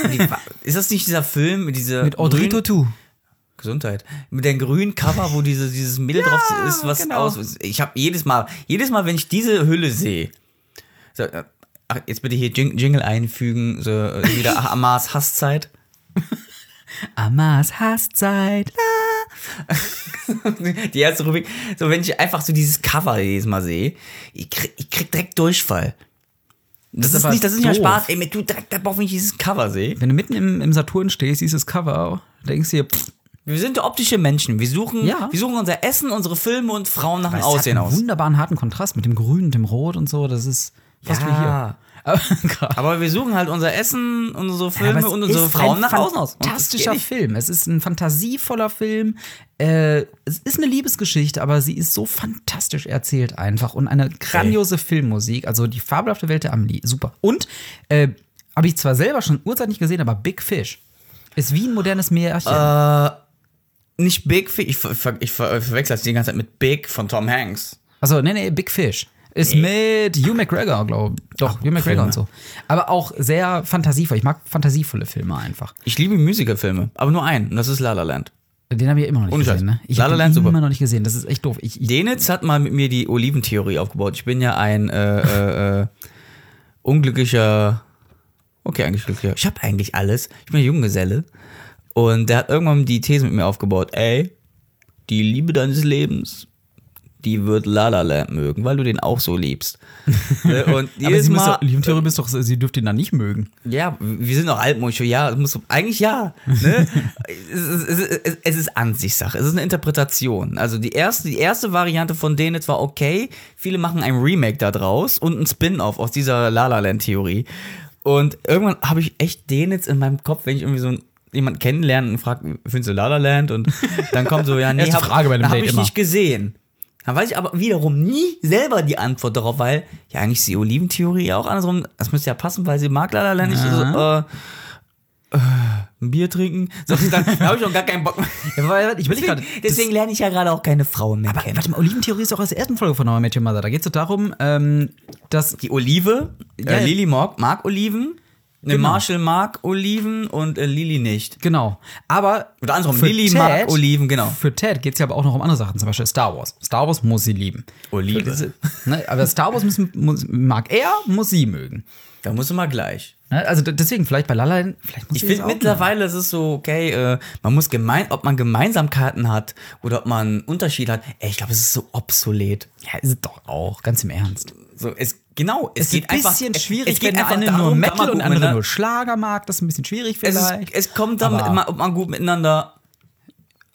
Speaker 1: Ist das nicht dieser Film mit
Speaker 2: [laughs]
Speaker 1: dieser
Speaker 2: mit Audrey
Speaker 1: grünen-
Speaker 2: Tautou.
Speaker 1: Gesundheit. Mit dem grünen Cover, wo diese, dieses Mittel drauf ist, was
Speaker 2: genau.
Speaker 1: aus. Ich habe jedes Mal, jedes Mal, wenn ich diese Hülle sehe, so, äh, ach, jetzt bitte hier Jing Jingle einfügen, so äh, wieder
Speaker 2: [laughs]
Speaker 1: Hamas Hasszeit.
Speaker 2: Amas Hasszeit.
Speaker 1: Die erste Rubrik. So, wenn ich einfach so dieses Cover jedes Mal sehe, ich krieg, ich krieg direkt Durchfall. Das,
Speaker 2: ist
Speaker 1: ist
Speaker 2: aber
Speaker 1: nicht, das ist nicht mehr
Speaker 2: doof.
Speaker 1: Spaß. Ey, mir tut direkt darauf, wenn ich dieses Cover sehe.
Speaker 2: Wenn du mitten im, im Saturn stehst, dieses Cover, denkst du dir, pff,
Speaker 1: Wir sind optische Menschen. Wir suchen,
Speaker 2: Ja.
Speaker 1: wir suchen unser Essen, unsere Filme und Frauen nach dem
Speaker 2: es hat
Speaker 1: Aussehen
Speaker 2: einen
Speaker 1: aus.
Speaker 2: wunderbaren harten Kontrast mit dem Grün und dem Rot und so. Das ist fast wie hier. Aber [laughs] gerade.
Speaker 1: Aber wir suchen halt unser Essen, unsere Filme
Speaker 2: Aber es
Speaker 1: und
Speaker 2: ist
Speaker 1: unsere
Speaker 2: ein
Speaker 1: Frauen nach außen aus. Und das
Speaker 2: Fantastischer
Speaker 1: geht nicht.
Speaker 2: Film. Es ist ein fantasievoller Film. Äh, es ist eine Liebesgeschichte, aber sie ist so fantastisch erzählt einfach und eine grandiose Filmmusik. Also die fabelhafte Welt der Amelie, super. Und äh, habe ich zwar selber schon urzeit nicht gesehen, aber Big Fish ist wie ein modernes Märchen.
Speaker 1: Äh. Nicht Big Fish, ich, ver ver ich ver verwechsel das die ganze Zeit mit Big von Tom Hanks.
Speaker 2: Also, nee, nee, Big Fish. Ist mit Hugh McGregor, glaube ich. Doch, Hugh McGregor und so. Aber auch sehr fantasievoll. Ich mag fantasievolle Filme einfach.
Speaker 1: Ich liebe Musicalfilme, aber nur einen, und das ist La La Land.
Speaker 2: Den habe ich immer noch nicht
Speaker 1: Ohne Scheiß.
Speaker 2: gesehen, ne? Ich
Speaker 1: La
Speaker 2: habe
Speaker 1: La
Speaker 2: den
Speaker 1: Land,
Speaker 2: immer
Speaker 1: super.
Speaker 2: noch nicht gesehen. Das ist echt doof. Ich, ich,
Speaker 1: Denitz hat mal mit mir die Oliventheorie aufgebaut. Ich bin ja ein äh, äh, äh, unglücklicher. Okay, eigentlich glücklicher. Ich habe eigentlich alles. Ich bin ein Junggeselle. Und der hat irgendwann die These mit mir aufgebaut. Ey, die Liebe deines Lebens, die wird La La Land mögen, weil du den auch
Speaker 2: [laughs]
Speaker 1: so liebst. Ne, Und
Speaker 2: aber
Speaker 1: jedes
Speaker 2: sie muss
Speaker 1: Mal,
Speaker 2: doch, Liebtheorie bist doch, sie dürfte ihn dann nicht mögen.
Speaker 1: ja, wir sind noch altmodisch. Ja, es muss, eigentlich ja. Ne? es, ist- es, ist- es ist Ansichtssache. Es ist eine Interpretation. Also die erste, die erste Variante von denen war okay. Viele machen ein Remake da draus und ein Spin-off aus dieser La La Land Theorie. Und irgendwann habe ich echt den jetzt in meinem Kopf, wenn ich irgendwie so einen- jemanden kennenlerne und frage, findest du La La Land? Und dann kommt so, ja, nee,
Speaker 2: Erste
Speaker 1: hab,
Speaker 2: Frage bei einem
Speaker 1: hab
Speaker 2: Date
Speaker 1: ich
Speaker 2: immer.
Speaker 1: nicht gesehen. Dann weiß ich aber wiederum nie selber die Antwort darauf, weil ja eigentlich ist die Oliventheorie ja auch andersrum. Das müsste ja passen, weil sie mag La La Land nicht. Also, äh, äh, ein Bier trinken. So, dann habe ich schon gar keinen Bock [laughs] mehr.
Speaker 2: Ja, weil, ich will nicht gerade.
Speaker 1: Deswegen, deswegen lerne ich ja gerade auch keine Frauen mehr
Speaker 2: Aber,
Speaker 1: kennen.
Speaker 2: warte mal, Oliventheorie ist auch aus der ersten Folge von How I Met Your Mother. Da geht es doch darum, ähm, dass.
Speaker 1: Die Olive,
Speaker 2: Ja.
Speaker 1: äh, Lili mag, mag Oliven, ne Marshall mag Oliven und äh, Lili nicht.
Speaker 2: Genau. Aber.
Speaker 1: Oder andersrum, Lili mag Oliven, genau.
Speaker 2: Für Ted geht es ja aber auch noch um andere Sachen, zum Beispiel Star Wars. Star Wars muss sie lieben.
Speaker 1: Olive.
Speaker 2: Für Diese, ne, aber Star Wars müssen, muss, mag er, muss sie mögen.
Speaker 1: Da musst du mal gleich.
Speaker 2: Ne, Also d- deswegen, vielleicht bei Lala, vielleicht muss
Speaker 1: Ich
Speaker 2: sie
Speaker 1: finde
Speaker 2: das auch
Speaker 1: mittlerweile, es ist so, okay, äh, man muss gemein, ob man Gemeinsamkeiten hat oder ob man Unterschied hat. Ey, ich glaube, es ist so obsolet.
Speaker 2: machen. Ja, ist es doch auch, ganz im Ernst.
Speaker 1: So, es, genau, es,
Speaker 2: Es
Speaker 1: geht
Speaker 2: ist ein bisschen
Speaker 1: einfach,
Speaker 2: schwierig,
Speaker 1: es, es geht
Speaker 2: wenn der
Speaker 1: einfach
Speaker 2: eine
Speaker 1: darum,
Speaker 2: nur
Speaker 1: kann man
Speaker 2: Metal
Speaker 1: gut
Speaker 2: und andere
Speaker 1: miteinander-
Speaker 2: nur Schlager mag, das ist ein bisschen schwierig
Speaker 1: es, ist,
Speaker 2: vielleicht.
Speaker 1: es kommt damit
Speaker 2: Aber-
Speaker 1: immer, ob man gut miteinander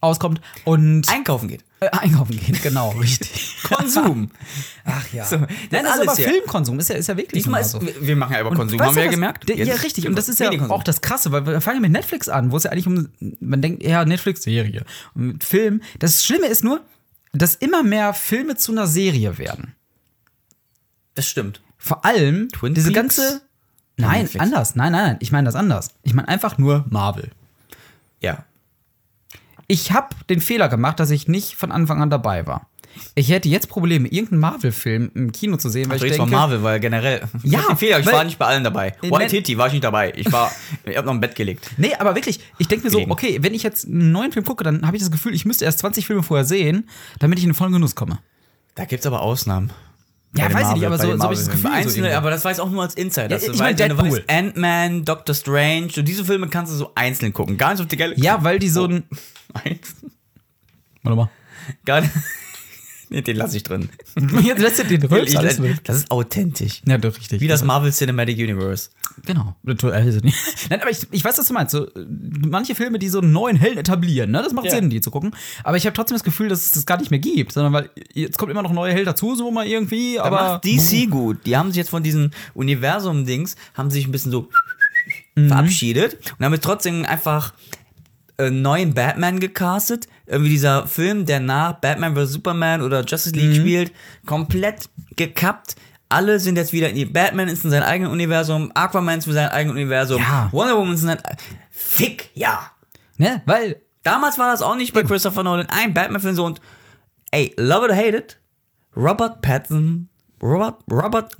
Speaker 2: Auskommt und
Speaker 1: einkaufen [laughs] geht.
Speaker 2: äh, einkaufen geht, genau, richtig.
Speaker 1: Konsum.
Speaker 2: Ach ja.
Speaker 1: So,
Speaker 2: Nein,
Speaker 1: das
Speaker 2: das ist
Speaker 1: alles
Speaker 2: aber
Speaker 1: hier.
Speaker 2: Filmkonsum, ist ja, ist ja wirklich
Speaker 1: Diesmal
Speaker 2: nun
Speaker 1: ist,
Speaker 2: mal
Speaker 1: wir wir machen ja über Konsum,
Speaker 2: Weißt
Speaker 1: haben
Speaker 2: du,
Speaker 1: wir ja
Speaker 2: das-
Speaker 1: gemerkt.
Speaker 2: Der, ja,
Speaker 1: Jetzt-
Speaker 2: richtig. Und das ist ja
Speaker 1: Medienkonsum.
Speaker 2: auch das Krasse, weil wir fangen ja mit Netflix an, wo es ja eigentlich um, man denkt, ja, Netflix-Serie. Und mit Film. Das Schlimme ist nur, dass immer mehr Filme zu einer Serie werden.
Speaker 1: Das stimmt.
Speaker 2: Vor allem
Speaker 1: Twin
Speaker 2: diese
Speaker 1: Peaks?
Speaker 2: ganze. Nein,
Speaker 1: Netflix.
Speaker 2: anders. Nein, nein, nein. Ich meine das anders. Ich meine einfach nur Marvel.
Speaker 1: Ja.
Speaker 2: Ich habe den Fehler gemacht, dass ich nicht von Anfang an dabei war. Ich hätte jetzt Probleme, irgendeinen Marvel-Film im Kino zu sehen, weil
Speaker 1: Ich
Speaker 2: ich
Speaker 1: rede
Speaker 2: denke,
Speaker 1: von Marvel, weil generell. Ich
Speaker 2: Ja,
Speaker 1: [laughs] hab den Fehler, ich
Speaker 2: weil-
Speaker 1: war nicht bei allen dabei.
Speaker 2: In
Speaker 1: White
Speaker 2: Net-
Speaker 1: Titty war ich nicht dabei. Ich [laughs] war, ich hab noch im Bett gelegt.
Speaker 2: Nee, aber wirklich, ich denke mir so,
Speaker 1: Gelegen.
Speaker 2: okay, wenn ich jetzt einen neuen Film gucke, dann habe ich das Gefühl, ich müsste erst 20 Filme vorher sehen, damit ich in den vollen Genuss komme.
Speaker 1: Da gibt's aber Ausnahmen.
Speaker 2: Ja,
Speaker 1: Bei den
Speaker 2: weiß ich nicht,
Speaker 1: Marvel-
Speaker 2: aber
Speaker 1: bei
Speaker 2: so,
Speaker 1: den
Speaker 2: so habe ich das
Speaker 1: Marvel-Filmen.
Speaker 2: Gefühl. so
Speaker 1: Einzelne,
Speaker 2: irgendwie.
Speaker 1: aber das weiß auch nur als Insider.
Speaker 2: Ja,
Speaker 1: dass du
Speaker 2: ich mein
Speaker 1: weißt, wenn du
Speaker 2: Deadpool.
Speaker 1: weißt, Ant-Man, Doctor Strange, so diese Filme kannst du so einzeln gucken. Gar nicht auf die Galaxy.
Speaker 2: ja, weil
Speaker 1: Oh.
Speaker 2: die so
Speaker 1: [laughs]
Speaker 2: ein. Warte mal.
Speaker 1: Gar nicht. [laughs] Nee, den lasse ich drin.
Speaker 2: [laughs] Jetzt lässt du den
Speaker 1: Ich,
Speaker 2: Rülps alles
Speaker 1: das,
Speaker 2: mit.
Speaker 1: ist authentisch.
Speaker 2: Ja, doch, richtig.
Speaker 1: Wie das Marvel Cinematic Universe.
Speaker 2: Genau.
Speaker 1: äh, [laughs]
Speaker 2: Also nicht. Nein, aber ich, ich weiß, was du meinst. So, äh, manche Filme, die so einen neuen Helden etablieren, ne? das macht
Speaker 1: Ja.
Speaker 2: Sinn, die zu gucken. Aber ich habe trotzdem das Gefühl, dass es das gar nicht mehr gibt, sondern weil jetzt kommt immer noch ein neuer Held dazu, so mal irgendwie.
Speaker 1: Da
Speaker 2: aber Mhm.
Speaker 1: macht DC gut. Die haben sich jetzt von diesem Universum-Dings, haben sich ein bisschen so
Speaker 2: Mhm.
Speaker 1: verabschiedet und haben jetzt trotzdem einfach einen neuen Batman gecastet. Irgendwie dieser Film, der nach Batman vs. Superman oder Justice League
Speaker 2: Mhm.
Speaker 1: spielt, komplett gekappt. Alle sind jetzt wieder in die. Batman ist in seinem eigenen Universum, Aquaman ist in seinem eigenen Universum,
Speaker 2: Ja.
Speaker 1: Wonder Woman ist in seinem. Fick, ja.
Speaker 2: ne? Weil
Speaker 1: Damals war das auch nicht bei Christopher Nolan. Ein Batman-Film so und ey, love it or hate it, Robert Pattinson, Robert, Robert,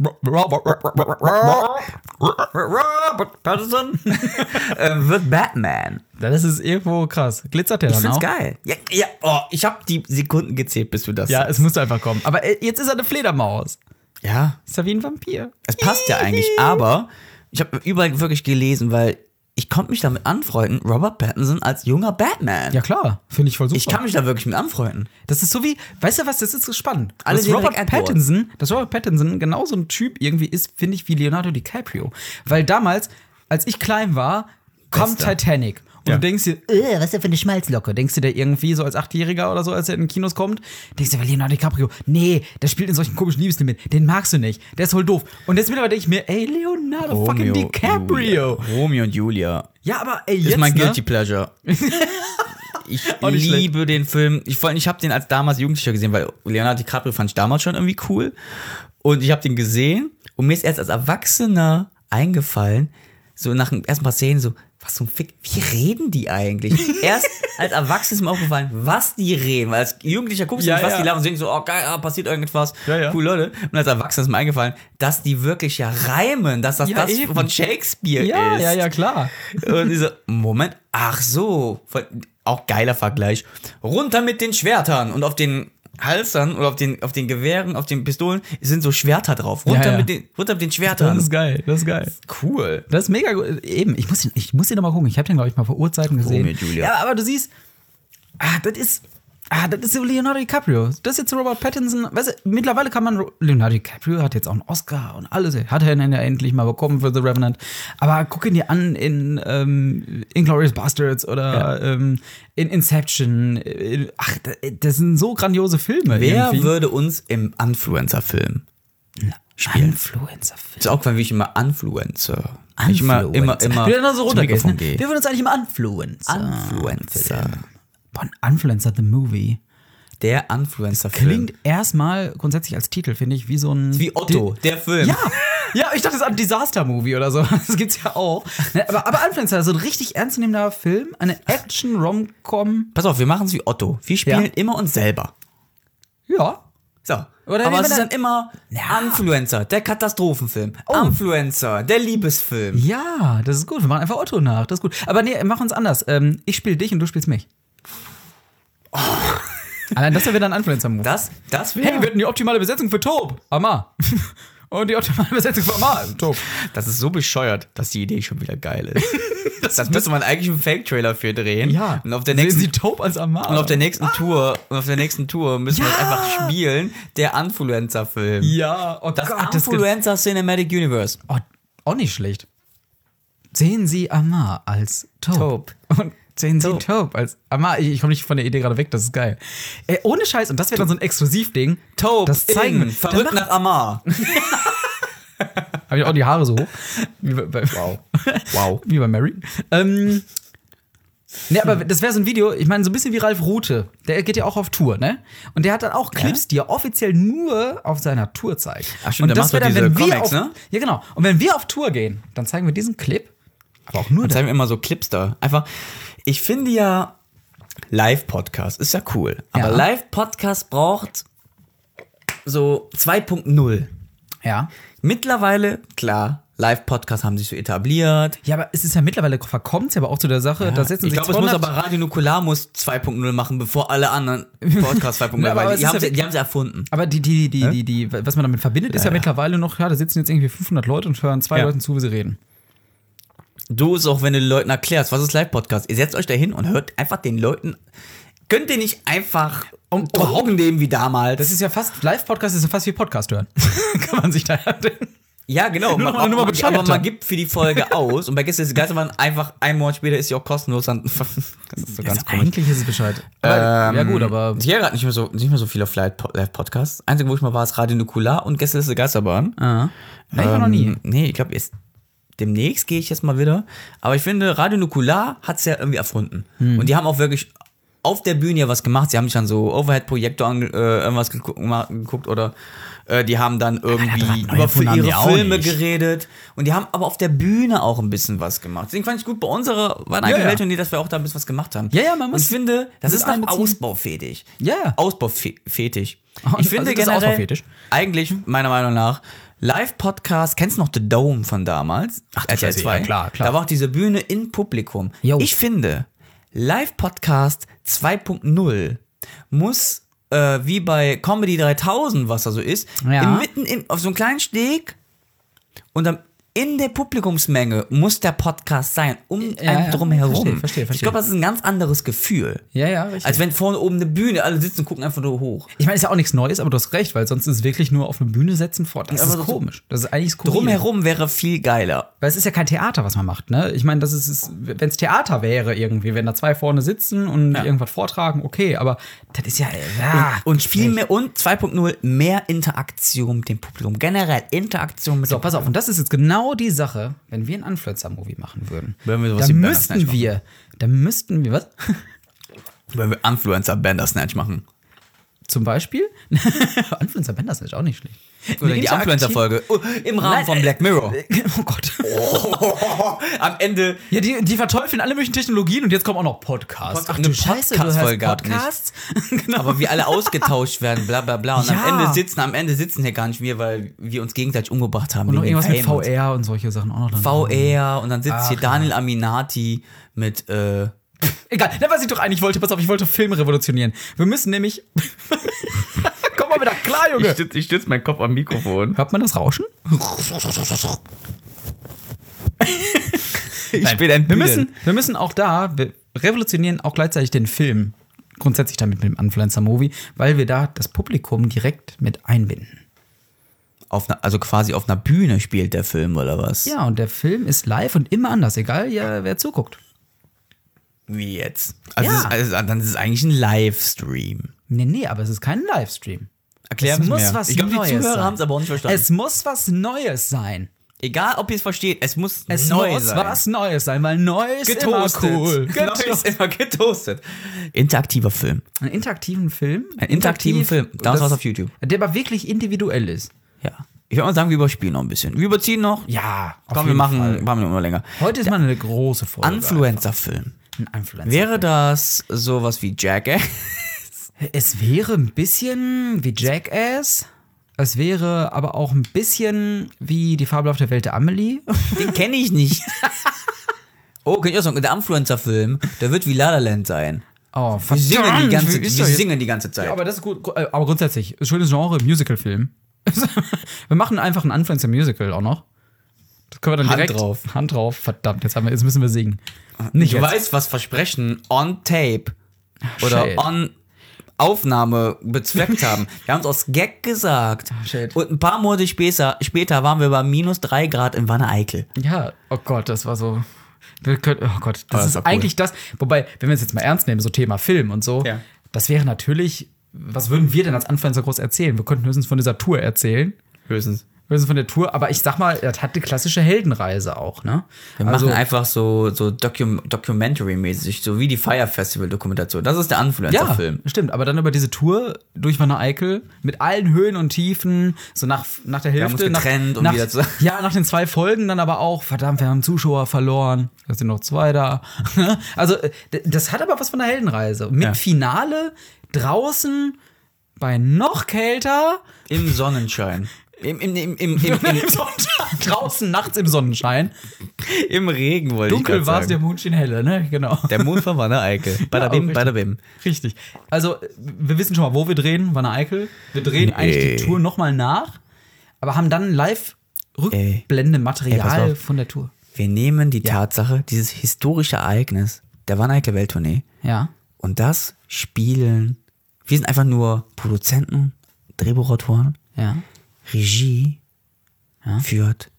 Speaker 1: Robert Pattinson [laughs] äh, wird Batman.
Speaker 2: Das ist irgendwo krass. ne? Glitzert der
Speaker 1: Ich
Speaker 2: dann
Speaker 1: find's
Speaker 2: auch?
Speaker 1: geil. Ja, ja oh, ich habe die Sekunden gezählt, bis du das
Speaker 2: Ja,
Speaker 1: sagst.
Speaker 2: es musste einfach kommen. Aber äh, jetzt ist er eine Fledermaus.
Speaker 1: ja.
Speaker 2: Ist er wie ein Vampir.
Speaker 1: Es passt ja eigentlich, aber ich habe überall wirklich gelesen, weil ich konnte mich damit anfreunden, Robert Pattinson als junger Batman.
Speaker 2: Ja klar, finde ich voll super.
Speaker 1: Ich kann mich da wirklich mit anfreunden.
Speaker 2: das ist so wie, weißt du was, das ist so spannend.
Speaker 1: Alle
Speaker 2: dass
Speaker 1: sehen
Speaker 2: Robert
Speaker 1: direkt Edward.
Speaker 2: Pattinson, dass Robert Pattinson genau so ein Typ irgendwie ist, finde ich, wie Leonardo DiCaprio. Weil damals, als ich klein war, kommt Titanic. Und
Speaker 1: Ja.
Speaker 2: du denkst dir, äh, was ist denn für eine Schmalzlocke? Denkst du dir irgendwie so als Achtjähriger oder so, als er in Kinos kommt, denkst du dir, Leonardo DiCaprio, nee, der spielt in solchen komischen Liebesfilmen, mit, den magst du nicht, der ist voll doof. Und jetzt mittlerweile denke ich mir, ey, Leonardo fucking DiCaprio.
Speaker 1: Julia. Romeo und Julia.
Speaker 2: Ja, aber ey,
Speaker 1: Ist
Speaker 2: jetzt,
Speaker 1: mein
Speaker 2: ne? [laughs]
Speaker 1: Guilty Pleasure. Ich
Speaker 2: Auch nicht schlecht.
Speaker 1: liebe den Film. Ich, vor allem, ich habe den als damals Jugendlicher gesehen, weil Leonardo DiCaprio fand ich damals schon irgendwie cool. Und ich habe den gesehen und mir ist erst als Erwachsener eingefallen, so nach den ersten paar Szenen, so, was zum Fick, wie reden die
Speaker 2: [laughs]
Speaker 1: eigentlich? Erst als Erwachsener ist mir aufgefallen, was die reden. Weil als Jugendlicher guckst du
Speaker 2: Ja,
Speaker 1: nicht, was
Speaker 2: ja.
Speaker 1: die labern und denkst so, oh geil, ah, passiert irgendwas.
Speaker 2: Ja, ja.
Speaker 1: Cool, Leute. Und als Erwachsener ist mir eingefallen, dass die wirklich ja reimen, dass das
Speaker 2: Ja,
Speaker 1: das
Speaker 2: eben.
Speaker 1: von Shakespeare
Speaker 2: Ja,
Speaker 1: ist.
Speaker 2: ja, ja, klar.
Speaker 1: Und ich so, Moment, ach so. Voll- Auch geiler Vergleich. Runter mit den Schwertern und auf den Halsern oder auf den, auf den Gewehren, auf den Pistolen sind so Schwerter drauf. Runter,
Speaker 2: ja.
Speaker 1: Mit, den, runter mit den
Speaker 2: Das
Speaker 1: Schwertern.
Speaker 2: ist geil, das ist geil.
Speaker 1: cool.
Speaker 2: Das ist mega gut. Eben, ich muss, den- ich muss den nochmal gucken. Ich habe den, glaube ich, mal vor Urzeiten gesehen.
Speaker 1: Romeo und Julia.
Speaker 2: Ja, aber du siehst, ah, das ist. Ah, das ist so Leonardo DiCaprio. Das ist jetzt so Robert Pattinson. Weißt du, mittlerweile kann man. Ro- Leonardo DiCaprio hat jetzt auch einen Oscar und alles. Hat er ihn ja endlich mal bekommen für The Revenant. Aber guck ihn dir an in ähm, Inglourious Bastards oder ähm, in Inception. Äh, Ach, da- das sind so grandiose Filme.
Speaker 1: Wer
Speaker 2: irgendwie.
Speaker 1: würde uns im Influencer-Film?
Speaker 2: Influencer-Film?
Speaker 1: Ist auch gefallen, wie ich immer Influencer. Ich immer, immer, immer.
Speaker 2: Wir werden dann so
Speaker 1: zum Mikrofon
Speaker 2: runtergessen.
Speaker 1: gehe.
Speaker 2: Wir würden uns eigentlich immer Influencer.
Speaker 1: Influencer.
Speaker 2: Boah, ein Influencer the Movie.
Speaker 1: Der Influencer-Film.
Speaker 2: Klingt erstmal grundsätzlich als Titel, finde ich, wie so ein.
Speaker 1: wie Otto,
Speaker 2: Di-
Speaker 1: der Film.
Speaker 2: ja! Ja, ich dachte, es ist ein Disaster-Movie oder so. [laughs] Das gibt's ja auch. Ne, Aber, aber Influencer, also ein richtig ernstzunehmender Film, eine Action-Rom-Com.
Speaker 1: Pass auf, wir machen es wie Otto. Wir spielen
Speaker 2: Ja.
Speaker 1: immer uns selber.
Speaker 2: Ja.
Speaker 1: So.
Speaker 2: Oder
Speaker 1: Aber
Speaker 2: nehmen
Speaker 1: es
Speaker 2: wir
Speaker 1: ist
Speaker 2: dann-
Speaker 1: dann immer Influencer, der Katastrophenfilm. Influencer, der Liebesfilm.
Speaker 2: Ja, das ist gut. Wir machen einfach Otto nach. Das ist gut. Aber nee, machen uns anders. Ähm, ich spiele dich und du spielst mich.
Speaker 1: Oh.
Speaker 2: Allein das wäre wieder ein Influencer-Movie.
Speaker 1: Das, das
Speaker 2: Hey,
Speaker 1: wäre.
Speaker 2: wir hatten die optimale Besetzung für Tob. Amar. [laughs] Und die optimale Besetzung für Amar. Tob.
Speaker 1: das ist so bescheuert, dass die Idee schon wieder geil ist. [laughs] das, müsste man eigentlich einen Fake-Trailer für drehen. Und auf der nächsten.
Speaker 2: Sehen Sie Tob als Amar.
Speaker 1: und auf der nächsten Tour, und auf der nächsten Tour müssen wir
Speaker 2: Ja.
Speaker 1: wir einfach spielen, der Influencer-Film.
Speaker 2: ja, oh
Speaker 1: Das
Speaker 2: Gott, das geht,
Speaker 1: Influencer Cinematic Universe.
Speaker 2: oh, Auch nicht schlecht. Sehen Sie Amar als Tob.
Speaker 1: Tob.
Speaker 2: Und sehen Sie
Speaker 1: Tob.
Speaker 2: Tob als Amar. Ich, ich komme nicht von der Idee gerade weg, das ist geil. Äh, ohne Scheiß, und das wäre dann so ein Exklusivding.
Speaker 1: Taupe,
Speaker 2: Das zeigen wir.
Speaker 1: verrückt nach Amar.
Speaker 2: Habe ich auch die Haare
Speaker 1: [laughs]
Speaker 2: so hoch. Wie bei, bei, [laughs] wow.
Speaker 1: Wow.
Speaker 2: Wie bei Mary. Ähm, ne, aber das wäre so ein Video, ich meine, so ein bisschen wie Ralf Rute. Der geht ja auch auf Tour, ne? Und der hat dann auch Clips, die er offiziell nur auf seiner Tour zeigt.
Speaker 1: Ach stimmt,
Speaker 2: und
Speaker 1: der macht
Speaker 2: wär
Speaker 1: doch diese
Speaker 2: wir
Speaker 1: Comics,
Speaker 2: auf,
Speaker 1: ne?
Speaker 2: Ja, genau. Und wenn wir auf Tour gehen, dann zeigen wir diesen Clip. Aber auch nur
Speaker 1: Und
Speaker 2: das.
Speaker 1: zeigen wir immer so Clips da. Einfach, ich finde ja, Live-Podcast ist ja cool. Aber
Speaker 2: Ja.
Speaker 1: Live-Podcast braucht so 2.0.
Speaker 2: Ja.
Speaker 1: Mittlerweile, klar, Live-Podcasts haben sich so etabliert.
Speaker 2: Ja, aber es ist ja mittlerweile, verkommt es ja aber auch zu der Sache, da setzen
Speaker 1: ich
Speaker 2: sich
Speaker 1: glaube, es muss
Speaker 2: 200
Speaker 1: aber Radio Nukular muss 2.0 machen, bevor alle anderen
Speaker 2: [laughs]
Speaker 1: Podcasts 2.0
Speaker 2: Na, aber
Speaker 1: machen.
Speaker 2: es
Speaker 1: Die
Speaker 2: ist
Speaker 1: haben
Speaker 2: ja
Speaker 1: sie
Speaker 2: wirklich-
Speaker 1: die haben's erfunden.
Speaker 2: Aber die, die, die, die, die, was man damit verbindet, ist ja, mittlerweile noch, ja, da sitzen jetzt irgendwie 500 Leute und hören zwei
Speaker 1: Ja.
Speaker 2: Leuten zu, wie sie reden.
Speaker 1: Du ist auch, wenn du den Leuten erklärst, was ist Live-Podcast? Ihr setzt euch da hin und hört einfach den Leuten. Könnt ihr nicht einfach um Drogen nehmen wie damals?
Speaker 2: Das ist ja fast, Live-Podcast ist ja fast wie Podcast hören. [laughs] Kann man sich da [laughs]
Speaker 1: Ja,
Speaker 2: Nur
Speaker 1: genau. [laughs] Man,
Speaker 2: noch eine
Speaker 1: auch,
Speaker 2: Nummer
Speaker 1: man, aber
Speaker 2: bescheuerter.
Speaker 1: man gibt für die Folge aus und bei gestern ist die Geister waren einfach ein Monat später ist sie auch kostenlos. Dann, [laughs] das ist so ganz komisch.
Speaker 2: Also
Speaker 1: Ähm,
Speaker 2: Eigentlich ist es Bescheid. Aber, ja, gut, aber.
Speaker 1: Ich höre gerade nicht mehr so, nicht mehr so viel auf Live- Live-Podcasts. Einzige, wo ich mal war, ist Radio Nukular und gestern ist die Geisterbahn.
Speaker 2: Ah.
Speaker 1: ähm,
Speaker 2: Nein, ich war noch nie.
Speaker 1: Nee, ich glaube, jetzt demnächst gehe ich jetzt mal wieder. Aber ich finde, Radio Nukular hat es ja irgendwie erfunden.
Speaker 2: Hm.
Speaker 1: Und die haben auch wirklich auf der Bühne ja was gemacht. Sie haben sich dann so Overhead-Projektor ange- äh, irgendwas geguckt, mal geguckt oder äh, die haben dann irgendwie
Speaker 2: Draht, neue
Speaker 1: über für
Speaker 2: Funde haben
Speaker 1: ihre
Speaker 2: die auch
Speaker 1: Filme
Speaker 2: nicht.
Speaker 1: geredet. Und die haben aber auf der Bühne auch ein bisschen was gemacht. Deswegen fand ich gut, bei unserer waren eigentlich
Speaker 2: ja.
Speaker 1: Welt und die, dass wir auch da ein bisschen was gemacht haben.
Speaker 2: Ja, ja, man muss-
Speaker 1: Und ich finde, das
Speaker 2: muss
Speaker 1: ist noch
Speaker 2: einbeziehen.
Speaker 1: ausbaufähig.
Speaker 2: Ja, ja.
Speaker 1: Ausbaufätig.
Speaker 2: Also
Speaker 1: Ich finde
Speaker 2: das ist
Speaker 1: generell,
Speaker 2: ausbaufähig.
Speaker 1: eigentlich, meiner Meinung nach, Live-Podcast, kennst du noch The Dome von damals? Ach,
Speaker 2: du Scheiße, ja, klar, klar.
Speaker 1: Da war auch diese Bühne in Publikum.
Speaker 2: Jo.
Speaker 1: Ich finde, Live-Podcast 2.0 muss, äh, wie bei Comedy 3000, was da so ist,
Speaker 2: Ja.
Speaker 1: inmitten in, auf so einem kleinen Steg und dann in der Publikumsmenge muss der Podcast sein, um
Speaker 2: Ja,
Speaker 1: einen
Speaker 2: ja,
Speaker 1: drumherum.
Speaker 2: verstehe, verstehe,
Speaker 1: Ich
Speaker 2: verstehe.
Speaker 1: glaube, das ist ein ganz anderes Gefühl.
Speaker 2: Ja, ja, richtig.
Speaker 1: Als wenn vorne oben eine Bühne, alle sitzen und gucken einfach nur hoch.
Speaker 2: Also, ich meine, ist ja auch nichts Neues, aber du hast recht, weil sonst ist wirklich nur auf eine Bühne setzen vor. Das
Speaker 1: aber
Speaker 2: ist
Speaker 1: so-
Speaker 2: komisch. Das ist eigentlich skurril.
Speaker 1: Drumherum wäre viel geiler.
Speaker 2: Weil es ist ja kein Theater, was man macht, ne? Ich meine, das ist, ist wenn es Theater wäre irgendwie, wenn da zwei vorne sitzen und irgendwas vortragen, okay, aber das ist ja, ja
Speaker 1: Und viel mehr und 2.0 mehr Interaktion mit dem Publikum. Generell Interaktion mit
Speaker 2: So,
Speaker 1: dem
Speaker 2: pass auf, und das ist jetzt genau die Sache, wenn wir einen Influencer-Movie machen würden.
Speaker 1: Wenn wir sowas wie
Speaker 2: dann
Speaker 1: Banner Snatch
Speaker 2: müssten
Speaker 1: machen.
Speaker 2: wir, dann müssten wir, was? [laughs]
Speaker 1: Wenn wir Influencer Bandersnatch machen.
Speaker 2: Zum Beispiel? [laughs] Influencer Bender ist auch nicht schlecht.
Speaker 1: Oder
Speaker 2: Wir
Speaker 1: die
Speaker 2: gehen zur
Speaker 1: Influencer-Folge. Oh, Im Rahmen
Speaker 2: Nein,
Speaker 1: von
Speaker 2: äh,
Speaker 1: Black [laughs] Mirror.
Speaker 2: Aktiv- Oh Gott.
Speaker 1: Oh. Am Ende
Speaker 2: Ja, die, die verteufeln alle möglichen Technologien und jetzt kommen auch noch Podcasts.
Speaker 1: Pod- eine Podcast-Folge
Speaker 2: [laughs]
Speaker 1: gab
Speaker 2: genau.
Speaker 1: aber wir alle ausgetauscht werden, bla bla bla. Und am
Speaker 2: Ja.
Speaker 1: Ende sitzen, am Ende sitzen hier gar nicht wir, weil wir uns gegenseitig umgebracht haben.
Speaker 2: Und noch
Speaker 1: wegen
Speaker 2: irgendwas mit
Speaker 1: Fame und so.
Speaker 2: VR und solche Sachen auch noch dran.
Speaker 1: VR und dann sitzt
Speaker 2: Ach,
Speaker 1: hier Daniel Aminati mit äh,
Speaker 2: Egal, na, was ich doch eigentlich wollte, pass auf, ich wollte Film revolutionieren. Wir müssen nämlich. [laughs] Komm mal wieder klar, Junge.
Speaker 1: stütze meinen Kopf am Mikrofon.
Speaker 2: Hört man das Rauschen?
Speaker 1: Ich bin ein
Speaker 2: Wir müssen, wir müssen auch da, wir revolutionieren auch gleichzeitig den Film. Grundsätzlich damit mit dem Influencer-Movie, weil wir da das Publikum direkt mit einbinden.
Speaker 1: auf einer- also quasi auf einer Bühne spielt der Film oder was?
Speaker 2: Ja, und der Film ist live und immer anders, egal ja, wer zuguckt.
Speaker 1: Wie jetzt? Also,
Speaker 2: Ja.
Speaker 1: es ist, also dann ist es eigentlich ein Livestream.
Speaker 2: Nee, nee, aber es ist kein Livestream.
Speaker 1: Erklären
Speaker 2: es muss was
Speaker 1: Ich glaube, die
Speaker 2: Neues
Speaker 1: Zuhörer
Speaker 2: sein.
Speaker 1: haben es aber auch nicht verstanden.
Speaker 2: Es muss was Neues sein.
Speaker 1: egal, ob ihr es versteht, es muss
Speaker 2: Es
Speaker 1: neu
Speaker 2: muss
Speaker 1: sein.
Speaker 2: was Neues sein, weil Neues
Speaker 1: Getoastet.
Speaker 2: immer cool.
Speaker 1: [laughs] Neues immer getoastet. Interaktiver Film.
Speaker 2: Einen interaktiven Film.
Speaker 1: Einen interaktiven Film. Damals war's auf YouTube.
Speaker 2: Der aber wirklich individuell ist.
Speaker 1: Ja. Ich würde mal sagen, wir überspielen noch ein bisschen. Wir überziehen noch.
Speaker 2: Ja, auf
Speaker 1: Komm, wir
Speaker 2: jeden
Speaker 1: machen
Speaker 2: Fall.
Speaker 1: ein paar Minuten länger.
Speaker 2: Heute ist mal eine große Folge.
Speaker 1: Influencer-Film.
Speaker 2: Ein Influencer.
Speaker 1: Wäre das sowas wie äh?
Speaker 2: [laughs]
Speaker 1: Jackass?
Speaker 2: es wäre ein bisschen wie Jackass. Es wäre aber auch ein bisschen wie die fabelhafte Welt der Amelie.
Speaker 1: Den kenne ich nicht. [laughs] Oh, kann ich auch sagen, der Influencer-Film, der wird wie La La Land sein.
Speaker 2: Oh,
Speaker 1: Die singen die ganze,
Speaker 2: wie ist
Speaker 1: die
Speaker 2: doch jetzt-
Speaker 1: singen die ganze Zeit.
Speaker 2: Ja, aber das ist gut. äh, Aber grundsätzlich, ist ein schönes Genre, Musical-Film. [laughs] wir machen einfach ein Influencer-Musical auch noch. Das können wir dann
Speaker 1: Hand
Speaker 2: direkt.
Speaker 1: drauf.
Speaker 2: Hand drauf. Verdammt, jetzt, haben wir, jetzt müssen wir singen. Nicht jetzt.
Speaker 1: ich weiß, was Versprechen on Tape oder
Speaker 2: shit.
Speaker 1: on Aufnahme bezweckt haben. Wir haben es aus Gag gesagt.
Speaker 2: shit.
Speaker 1: Und ein paar Monate später, später waren wir bei minus drei Grad in Wanne-Eickel.
Speaker 2: Ja, oh Gott, das war so. Wir können, oh Gott, das,
Speaker 1: das
Speaker 2: ist
Speaker 1: war cool.
Speaker 2: eigentlich das. Wobei, wenn wir es jetzt mal ernst nehmen, so Thema Film und so,
Speaker 1: Ja.
Speaker 2: das wäre natürlich, was würden wir denn als Influencer groß erzählen? Wir könnten höchstens von dieser Tour erzählen.
Speaker 1: Höchstens.
Speaker 2: Höchstens von der Tour, aber ich sag mal, das hat eine klassische Heldenreise auch, ne?
Speaker 1: Wir
Speaker 2: also,
Speaker 1: machen einfach so, so Docu Documentary-mäßig, so wie die Fire Festival-Dokumentation. Das ist der
Speaker 2: ja,
Speaker 1: Influencer-Film.
Speaker 2: stimmt, aber dann über diese Tour durch Wanne Eickel mit allen Höhen und Tiefen, so nach, nach der
Speaker 1: haben
Speaker 2: Hälfte.
Speaker 1: uns getrennt
Speaker 2: nach,
Speaker 1: und
Speaker 2: nach,
Speaker 1: wieder zusammen.
Speaker 2: [laughs] Ja, nach den zwei Folgen dann aber auch, verdammt, wir haben Zuschauer verloren. Da sind noch zwei da. [laughs] Also, äh, d- das hat aber was von der Heldenreise. Mit
Speaker 1: Ja.
Speaker 2: Finale draußen bei noch kälter.
Speaker 1: Im Sonnenschein. Im, im, im, im, im, im,
Speaker 2: [laughs]
Speaker 1: [laughs]
Speaker 2: draußen nachts im Sonnenschein.
Speaker 1: im Regen wollte ich
Speaker 2: Dunkel war
Speaker 1: grad
Speaker 2: es, der
Speaker 1: sagen.
Speaker 2: Mond schien helle, ne? Genau.
Speaker 1: Der Mond von Wanne-Eickel. Bada
Speaker 2: Ja,
Speaker 1: bim,
Speaker 2: richtig.
Speaker 1: bada bim.
Speaker 2: Richtig. Also, wir wissen schon mal, wo wir drehen, Wanne Eickel. Wir drehen eigentlich die Tour nochmal nach, aber haben dann live
Speaker 1: Ey, pass
Speaker 2: Rückblende-Material
Speaker 1: auf.
Speaker 2: von der Tour.
Speaker 1: Wir nehmen die Tatsache, dieses historische Ereignis der Wanne-Eickel-Welttournee
Speaker 2: Ja.
Speaker 1: und das spielen. Wir sind einfach nur Produzenten, Drehbuchautoren,
Speaker 2: Ja.
Speaker 1: Regie führt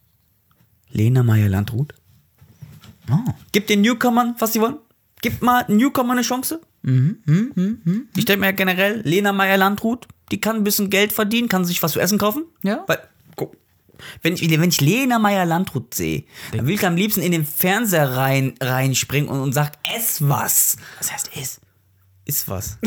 Speaker 1: Lena Meyer-Landrut. Gib den Newcomern, was sie wollen. Gib mal Newcomer eine Chance.
Speaker 2: Mhm,
Speaker 1: Ich denke mir ja generell, Lena Meyer-Landrut, die kann ein bisschen Geld verdienen, kann sich was zu essen kaufen.
Speaker 2: Ja.
Speaker 1: Weil, guck, wenn ich, wenn ich Lena Meyer-Landrut sehe, dann will ich am liebsten in den Fernseher rein, reinspringen und, und sag, ess was.
Speaker 2: Das heißt, es. [laughs]
Speaker 1: Ist was.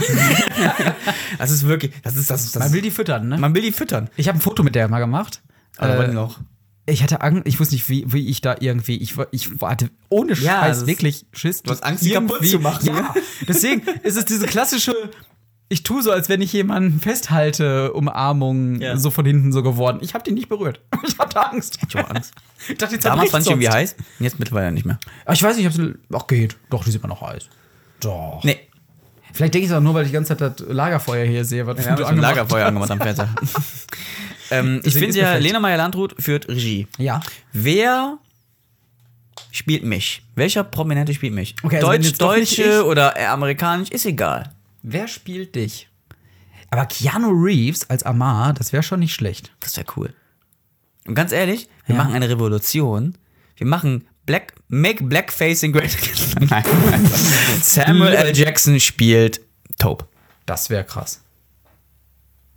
Speaker 1: das ist wirklich, das ist, das ist, das
Speaker 2: Man
Speaker 1: ist-
Speaker 2: will die füttern, ne?
Speaker 1: man Ah, will die füttern.
Speaker 2: Ich habe ein Foto mit der mal gemacht.
Speaker 1: Aber
Speaker 2: Äh,
Speaker 1: wann noch?
Speaker 2: ich hatte Angst, ich wusste nicht, wie, wie ich da irgendwie, ich, wa- ich hatte ohne
Speaker 1: Ja,
Speaker 2: Scheiß
Speaker 1: das-
Speaker 2: wirklich Schiss. Du
Speaker 1: hast Angst, die kaputt zu machen, ne?
Speaker 2: Ja, deswegen ist es diese klassische, ich tue so, als wenn ich jemanden festhalte, Umarmung,
Speaker 1: Ja.
Speaker 2: so von hinten so geworden. Ich habe die nicht berührt. [laughs] Ich hatte Angst. Ich
Speaker 1: hab Angst.
Speaker 2: [laughs] Ich dachte, die
Speaker 1: Damals
Speaker 2: zerbricht
Speaker 1: fand ich
Speaker 2: sonst.
Speaker 1: irgendwie heiß, und jetzt mittlerweile nicht mehr.
Speaker 2: Aber Ich weiß nicht, ob sie, ach geht, doch, die sieht man noch heiß. Doch.
Speaker 1: Nee,
Speaker 2: Vielleicht denke ich es auch nur, weil ich die ganze Zeit das Lagerfeuer hier sehe, was
Speaker 1: wir haben
Speaker 2: du
Speaker 1: so ein
Speaker 2: angemacht [laughs]
Speaker 1: Lagerfeuer angemacht am Fernseher. Ähm, ich
Speaker 2: Deswegen
Speaker 1: finde
Speaker 2: ist
Speaker 1: ja,
Speaker 2: perfekt.
Speaker 1: Lena Meyer-Landrut führt Regie.
Speaker 2: Ja.
Speaker 1: Wer spielt mich? Welcher Prominente spielt mich?
Speaker 2: Okay, also wenn
Speaker 1: Deutsch,
Speaker 2: jetzt doch nicht ich-
Speaker 1: Deutsche oder äh, amerikanisch, ist egal.
Speaker 2: Wer spielt dich? Aber Keanu Reeves als Amar, das wäre schon nicht schlecht.
Speaker 1: Das wäre cool. Und ganz ehrlich, wir
Speaker 2: Ja.
Speaker 1: machen eine Revolution. Wir machen Black, Make Blackface in Great Again. [laughs] Nein, nein. Samuel L. Jackson spielt Taupe.
Speaker 2: Das wäre krass.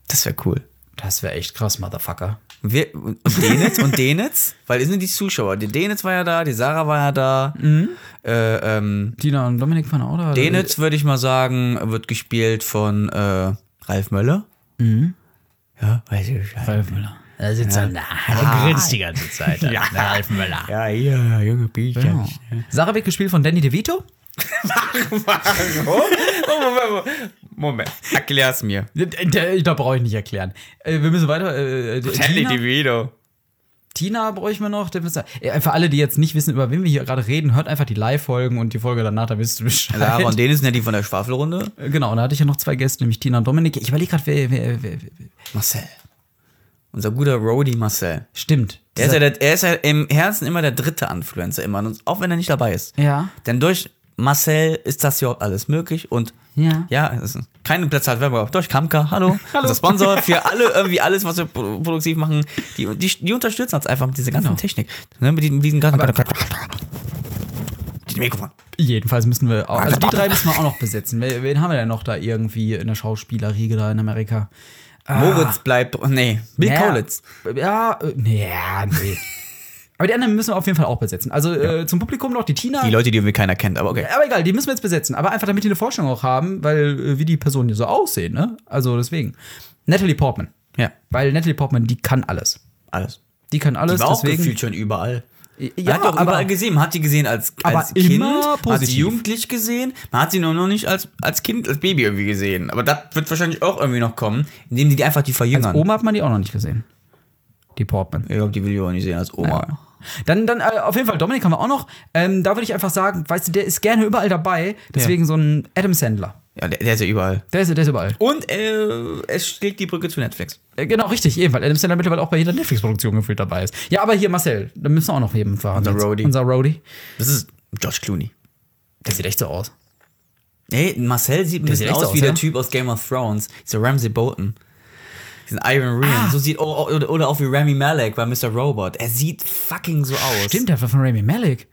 Speaker 1: Das wäre cool.
Speaker 2: Das wäre echt krass, Motherfucker.
Speaker 1: Wir, und Denitz, und Denitz, weil das sind die Zuschauer. Die Denitz war ja da, die Sarah war ja da. Äh, ähm,
Speaker 2: Dina und Dominik van Oder?
Speaker 1: Denitz, würde ich mal sagen, wird gespielt von äh, Ralf Möller. Mhm. Ja, weiß ich nicht.
Speaker 2: Ralf Müller.
Speaker 5: Da sitzt er, na,
Speaker 2: Ah.
Speaker 5: der grinst die ganze Zeit.
Speaker 2: [laughs]
Speaker 5: ja. Der Ralf Möller.
Speaker 1: Ja, hier, junge Bietchen.
Speaker 2: Genau. Sarah wird gespielt von Danny DeVito.
Speaker 1: Oh, Moment, erklär's mir.
Speaker 2: Da, da- da brauche ich nicht erklären. Äh, Wir müssen weiter. Äh, d-
Speaker 1: Telly
Speaker 2: Tina,
Speaker 1: DeVito.
Speaker 2: Tina bräuchten wir noch. Der müssen, äh, für alle, die jetzt nicht wissen, über wen wir hier gerade reden, hört einfach die Live-Folgen und die Folge danach, da wisst ihr Bescheid.
Speaker 1: Sarah und Denitz sind ja die von der Schwafelrunde.
Speaker 2: Äh, Genau, und da hatte ich ja noch zwei Gäste, nämlich Tina und Dominik. Ich überlege gerade, wer, wer, wer, wer.
Speaker 1: Marcel. Unser guter Roadie Marcel.
Speaker 2: Stimmt.
Speaker 1: Er ist, ja der, er ist ja im Herzen immer der dritte Influencer immer, und auch wenn er nicht dabei ist.
Speaker 2: Ja.
Speaker 1: Denn durch Marcel ist das hier überhaupt alles möglich und
Speaker 2: Ja.
Speaker 1: ja es ist keinen Platz hat Werbung. Durch
Speaker 2: [laughs]
Speaker 1: Kamka, hallo, hallo. unser Sponsor für alle irgendwie alles, was wir pro- produktiv machen. Die, die, die unterstützen uns einfach mit dieser ganzen
Speaker 2: Genau.
Speaker 1: Technik. Ne, mit diesem, diesem ganzen Die Mikrofon.
Speaker 2: Jedenfalls müssen wir auch. Also die drei müssen wir auch noch besetzen. Wen, wen haben wir denn noch da irgendwie in der Schauspielerriege da in Amerika? Ah.
Speaker 1: Moritz bleibt. Nee, Bill Kaulitz.
Speaker 2: Ja, äh, nee, ja,
Speaker 1: [laughs]
Speaker 2: nee. Aber die anderen müssen wir auf jeden Fall auch besetzen. Also äh, zum Publikum noch die Tina.
Speaker 1: Die Leute, die irgendwie keiner kennt, aber okay.
Speaker 2: aber egal, die müssen wir jetzt besetzen. Aber einfach, damit die eine Vorstellung auch haben, weil äh, wie die Personen hier so aussehen, ne? Also deswegen. Natalie Portman.
Speaker 1: Ja,
Speaker 2: Weil Natalie Portman, die kann alles.
Speaker 1: alles.
Speaker 2: Die kann alles,
Speaker 1: Die war auch
Speaker 2: deswegen.
Speaker 1: gefühlt schon überall. Man
Speaker 2: Ja,
Speaker 1: hat die auch
Speaker 2: aber-
Speaker 1: überall gesehen. Man hat die gesehen als,
Speaker 2: Aber
Speaker 1: als Kind,
Speaker 2: immer
Speaker 1: man hat
Speaker 2: positiv.
Speaker 1: sie jugendlich gesehen, man hat sie nur noch nicht als, als Kind, als Baby irgendwie gesehen. Aber das wird wahrscheinlich auch irgendwie noch kommen, indem die die einfach die verjüngern.
Speaker 2: Oma hat man die auch noch nicht gesehen. Die Portman.
Speaker 1: Ich glaube, die will ich auch nicht sehen als Oma.
Speaker 2: Dann, dann äh, auf jeden Fall, Dominik haben wir auch noch. Ähm, da würde ich einfach sagen, weißt du, der ist gerne überall dabei. Deswegen so ein Adam Sandler.
Speaker 1: Ja, der, der ist ja überall.
Speaker 2: Der ist, der ist überall.
Speaker 1: Und äh, es schlägt die Brücke zu Netflix.
Speaker 2: Äh, genau, richtig, ebenfalls. Adam Sandler mittlerweile auch bei jeder Netflix-Produktion gefühlt dabei ist. Ja, aber hier Marcel, da müssen wir auch noch jemanden fahren.
Speaker 1: Unser
Speaker 2: jetzt.
Speaker 1: Roadie.
Speaker 2: Unser Roadie.
Speaker 1: Das ist George Clooney.
Speaker 2: Der sieht echt so aus.
Speaker 1: Hey, Marcel sieht ein bisschen
Speaker 2: sieht echt
Speaker 1: aus,
Speaker 2: so aus,
Speaker 1: wie der
Speaker 2: ja?
Speaker 1: Typ aus Game of Thrones. Dieser Ramsey Bolton. Diesen Iron Ream.
Speaker 2: Ah.
Speaker 1: So sieht, oh, oh, oder, oder auch wie Rami Malek bei Mr. Robot. Er sieht fucking so aus.
Speaker 2: Stimmt, der war von Rami Malek.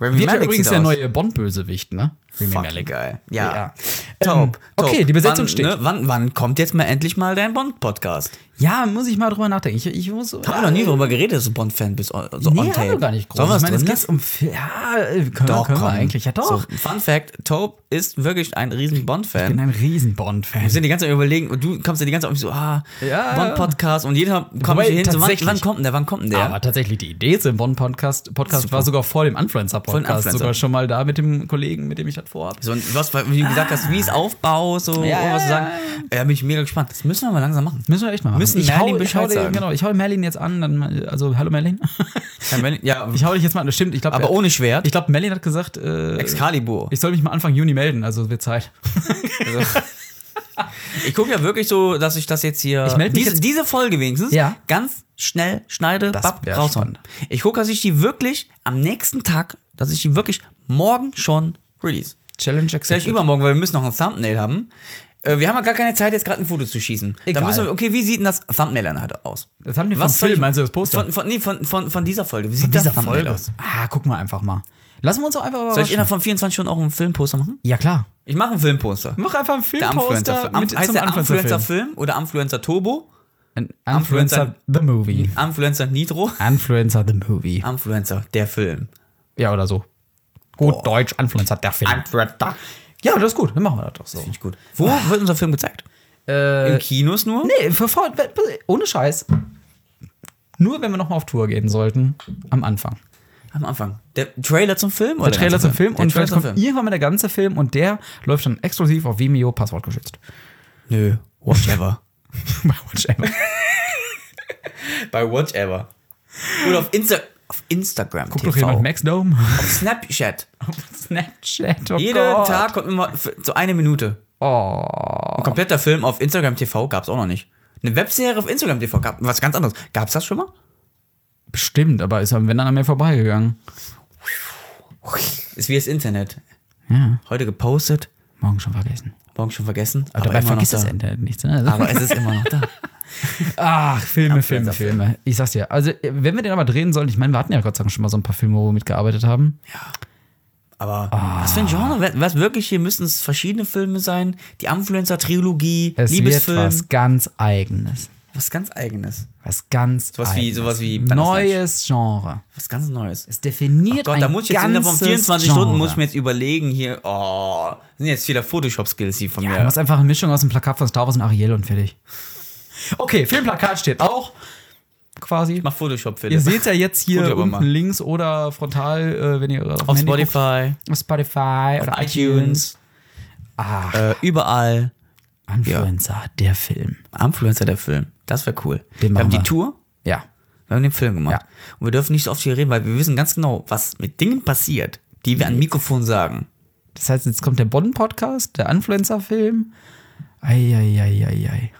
Speaker 1: Rami
Speaker 2: Wird ja
Speaker 1: Malek
Speaker 2: übrigens
Speaker 1: sieht
Speaker 2: der
Speaker 1: aus.
Speaker 2: neue Bond-Bösewicht, ne? Rami
Speaker 1: Fucking geil. Ja.
Speaker 2: Ja.
Speaker 1: Taub,
Speaker 2: Ähm, okay,
Speaker 1: taub.
Speaker 2: die Besetzung
Speaker 1: wann, ne,
Speaker 2: steht.
Speaker 1: wann, wann kommt jetzt mal endlich mal dein Bond-Podcast?
Speaker 2: Ja, muss ich mal drüber nachdenken. Ich, ich muss.
Speaker 1: Haben wir noch nie drüber geredet, dass du Bond-Fan bist. on- So
Speaker 2: Äh, Nee,
Speaker 1: on
Speaker 2: haben wir
Speaker 1: tape.
Speaker 2: gar nicht groß.
Speaker 1: Sollen wir
Speaker 2: ich
Speaker 1: es
Speaker 2: meine,
Speaker 1: drin
Speaker 2: es
Speaker 1: lassen?
Speaker 2: geht um. Fi- Ja, äh, können, wir- können wir
Speaker 1: komm.
Speaker 2: eigentlich. Ja, doch.
Speaker 1: So, Fun Fact: Taub ist wirklich ein riesen
Speaker 2: Ich bin
Speaker 1: Bond-Fan.
Speaker 2: ein riesen
Speaker 1: Wir
Speaker 2: Bond-Fan.
Speaker 1: sind die ganze Zeit überlegen und du kommst ja die ganze Zeit auf mich so, ah,
Speaker 2: Ja,
Speaker 1: Bond-Podcast und jeder kommt
Speaker 2: Wobei,
Speaker 1: hier hin, so, wann,
Speaker 2: tatsächlich-
Speaker 1: wann kommt denn der, wann kommt denn der?
Speaker 2: Aber tatsächlich, die Idee zum Bonn-Podcast Podcast war sogar vor dem
Speaker 1: Vor dem
Speaker 2: Influencer-Podcast.
Speaker 1: Influencer.
Speaker 2: Sogar schon mal da mit dem Kollegen, mit dem ich das vorhabe.
Speaker 1: so, und was, wie du gesagt hast, wie es aufbaut, so,
Speaker 2: Ah. Ja,
Speaker 1: irgendwas
Speaker 2: ja,
Speaker 1: zu sagen. Ja, bin ich mega gespannt. Das müssen wir mal langsam machen.
Speaker 2: Müssen wir echt mal machen.
Speaker 1: Müssen
Speaker 2: ich
Speaker 1: Merlin
Speaker 2: hau,
Speaker 1: Bescheid
Speaker 2: ich hau dir-
Speaker 1: sagen.
Speaker 2: Genau, ich hau Merlin jetzt an, dann, also hallo Merlin. [laughs]
Speaker 1: Ja,
Speaker 2: ich hau dich jetzt mal an, das stimmt, ich glaube,
Speaker 1: aber ohne Schwert.
Speaker 2: ich glaube, Merlin hat gesagt, äh,
Speaker 1: Excalibur.
Speaker 2: ich soll mich mal Anfang Juni melden, also es wird Zeit.
Speaker 1: Ich gucke ja wirklich so, dass ich das jetzt hier.
Speaker 2: Ich meld mich
Speaker 1: diese,
Speaker 2: jetzt-
Speaker 1: diese Folge wenigstens
Speaker 2: Ja.
Speaker 1: ganz schnell schneide,
Speaker 2: Das
Speaker 1: bap,
Speaker 2: wär
Speaker 1: raus.
Speaker 2: spannend.
Speaker 1: Ich gucke, dass ich die wirklich am nächsten Tag, dass ich die wirklich morgen schon release.
Speaker 2: [laughs] Challenge
Speaker 1: Vielleicht
Speaker 2: accepted.
Speaker 1: übermorgen, weil wir müssen noch ein Thumbnail haben. Äh, Wir haben ja gar keine Zeit, jetzt gerade ein Foto zu schießen.
Speaker 2: Egal.
Speaker 1: Dann müssen wir, okay, wie sieht denn das Thumbnail dann halt aus?
Speaker 2: Das haben wir vom
Speaker 1: Was soll
Speaker 2: Film,
Speaker 1: ich-
Speaker 2: meinst du das Poster?
Speaker 1: Von, von, nee, von, von, von dieser Folge. Wie sieht
Speaker 2: Dieser
Speaker 1: das Thumbnail
Speaker 2: Folge.
Speaker 1: aus?
Speaker 2: Ah, guck mal einfach mal. Lassen wir uns doch einfach
Speaker 1: Soll ich
Speaker 2: überraschen.
Speaker 1: innerhalb von 24 Stunden auch einen Filmposter machen?
Speaker 2: Ja, klar.
Speaker 1: Ich mache einen Filmposter.
Speaker 2: Mach einfach einen
Speaker 1: Der
Speaker 2: Filmposter
Speaker 1: Influencer-Film. Am-
Speaker 2: mit
Speaker 1: Heißt
Speaker 2: zum
Speaker 1: der
Speaker 2: Influencer-Film.
Speaker 1: Influencer-Film oder Influencer Turbo?
Speaker 2: Ein Influencer the Movie.
Speaker 1: Influencer Nitro.
Speaker 2: Influencer the Movie.
Speaker 1: Influencer, der Film.
Speaker 2: Ja, oder so. Gut Deutsch, Influencer, der Film.
Speaker 1: Influencer.
Speaker 2: Ja, das ist gut. Dann machen wir das doch so.
Speaker 1: Finde ich gut. Wo wird unser Film gezeigt?
Speaker 2: Äh,
Speaker 1: In Kinos nur?
Speaker 2: nee, für vor, ohne Scheiß. Nur wenn wir nochmal auf Tour gehen sollten, am Anfang.
Speaker 1: Am Anfang. Der Trailer zum Film? oder
Speaker 2: Der Trailer
Speaker 1: ganze
Speaker 2: zum Film
Speaker 1: Der
Speaker 2: und
Speaker 1: Trailer
Speaker 2: vielleicht
Speaker 1: zum
Speaker 2: kommt
Speaker 1: Film.
Speaker 2: irgendwann mal der ganze Film und der läuft dann exklusiv auf Vimeo passwortgeschützt. [laughs]
Speaker 1: Nö. Whatever.
Speaker 2: Whatever.
Speaker 1: Bei whatever. Oder auf, Insta auf Instagram.
Speaker 2: Guck doch jemand Max Dome [laughs]
Speaker 1: Auf Snapchat.
Speaker 2: auf Snapchat. Oh
Speaker 1: Jeden
Speaker 2: Gott.
Speaker 1: Tag kommt immer f- so eine Minute.
Speaker 2: Oh.
Speaker 1: Ein kompletter Film auf Instagram TV gab es auch noch nicht. Eine Webserie auf Instagram TV gab was ganz anderes. Gab's das schon mal?
Speaker 2: Bestimmt, aber ist am Wenn dann an mir vorbeigegangen.
Speaker 1: Ist wie das Internet.
Speaker 2: Ja,
Speaker 1: Heute gepostet,
Speaker 2: morgen schon vergessen.
Speaker 1: morgen schon vergessen,
Speaker 2: Aber dabei
Speaker 1: immer noch
Speaker 2: vergisst
Speaker 1: da.
Speaker 2: das Ende nichts. Ne? Also-
Speaker 1: Aber es ist immer
Speaker 2: [laughs]
Speaker 1: noch da.
Speaker 2: Ach, Filme, Filme,
Speaker 1: Influencer-
Speaker 2: Filme. Ich sag's dir. Also, wenn wir den aber drehen sollen, ich meine, wir hatten ja Gott sei Dank schon mal so ein paar Filme, wo wir mitgearbeitet haben.
Speaker 1: Aber
Speaker 2: Ah.
Speaker 1: was für ein Genre? Was- Was wirklich? Hier müssen es verschiedene Filme sein. Die Influencer-Trilogie,
Speaker 2: Es wird
Speaker 1: Liebesfilm. Was.
Speaker 2: was ganz Eigenes.
Speaker 1: ganz Eigenes.
Speaker 2: Was ganz
Speaker 1: Sowas wie,
Speaker 2: Eigenes.
Speaker 1: sowas wie
Speaker 2: Neues Genre.
Speaker 1: Was ganz Neues.
Speaker 2: Es definiert
Speaker 1: Gott,
Speaker 2: ein
Speaker 1: da muss ich jetzt innerhalb von
Speaker 2: ganzes
Speaker 1: 24
Speaker 2: Genre.
Speaker 1: Stunden muss ich mir jetzt überlegen hier, oh, sind jetzt viele Photoshop-Skills, die von
Speaker 2: Ja, du
Speaker 1: mir.
Speaker 2: machst einfach eine Mischung aus dem Plakat von Star Wars und Ariel und fertig. Okay, Filmplakat steht auch quasi.
Speaker 1: Ich mach Photoshop, Philipp.
Speaker 2: Ihr seht ja jetzt
Speaker 1: Guckt
Speaker 2: hier
Speaker 1: aber
Speaker 2: unten
Speaker 1: mal.
Speaker 2: links oder frontal, äh, wenn ihr auf, dem
Speaker 1: Auf
Speaker 2: Handy guckt.
Speaker 1: Spotify,
Speaker 2: Auf Spotify oder iTunes.
Speaker 1: iTunes, äh, überall.
Speaker 2: Influencer, der Film.
Speaker 1: Influencer der Film. Das wäre cool.
Speaker 2: Den
Speaker 1: wir haben
Speaker 2: machen wir.
Speaker 1: die Tour,
Speaker 2: Ja.
Speaker 1: wir haben den Film gemacht.
Speaker 2: Ja.
Speaker 1: Und wir dürfen nicht so oft hier reden, weil wir wissen ganz genau, was mit Dingen passiert, die wir an Mikrofon sagen.
Speaker 2: Das heißt, jetzt kommt der Bonn-Podcast, der Influencer-Film. Eieieiei.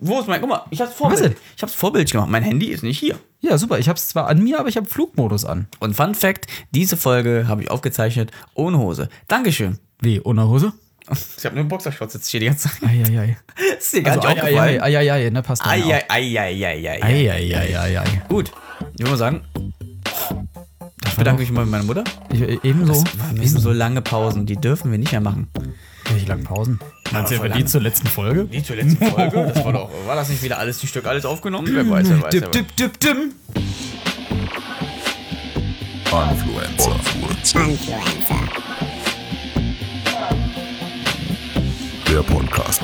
Speaker 1: Wo ist mein, guck mal, ich hab's
Speaker 2: ist
Speaker 1: Vorbild.
Speaker 2: es?
Speaker 1: Ich hab's Vorbild gemacht. Mein Handy ist nicht hier.
Speaker 2: Ja, super. Ich habe es zwar an mir, aber ich habe Flugmodus an.
Speaker 1: Und Fun Fact, diese Folge habe ich aufgezeichnet ohne Hose. Dankeschön.
Speaker 2: Wie, ohne Hose?
Speaker 1: Ich habe nur Boxershorts jetzt hier die ganze Zeit.
Speaker 2: [laughs] Eieiei.
Speaker 1: Ist dir gar
Speaker 2: Also,
Speaker 1: nicht aufgefallen?
Speaker 2: eieiei, eieiei, ne, passt dann auch.
Speaker 1: Eieiei. Eieiei.
Speaker 2: Eieiei.
Speaker 1: Gut, ich würde mal sagen, ich bedanke mich mal bei meiner Mutter.
Speaker 2: Ich- äh, Ebenso.
Speaker 1: Wir müssen so lange Pausen, die dürfen wir nicht mehr machen.
Speaker 2: Welche langen Pausen?
Speaker 5: Meinst du über die zur letzten Folge?
Speaker 1: Die zur [laughs] letzten Folge, das war doch, war das nicht wieder alles ein Stück alles aufgenommen? Wer weiß, wer weiß.
Speaker 2: Dip, dip, dip, dim.
Speaker 3: Influencer.
Speaker 4: Influencer.
Speaker 3: Der Podcast.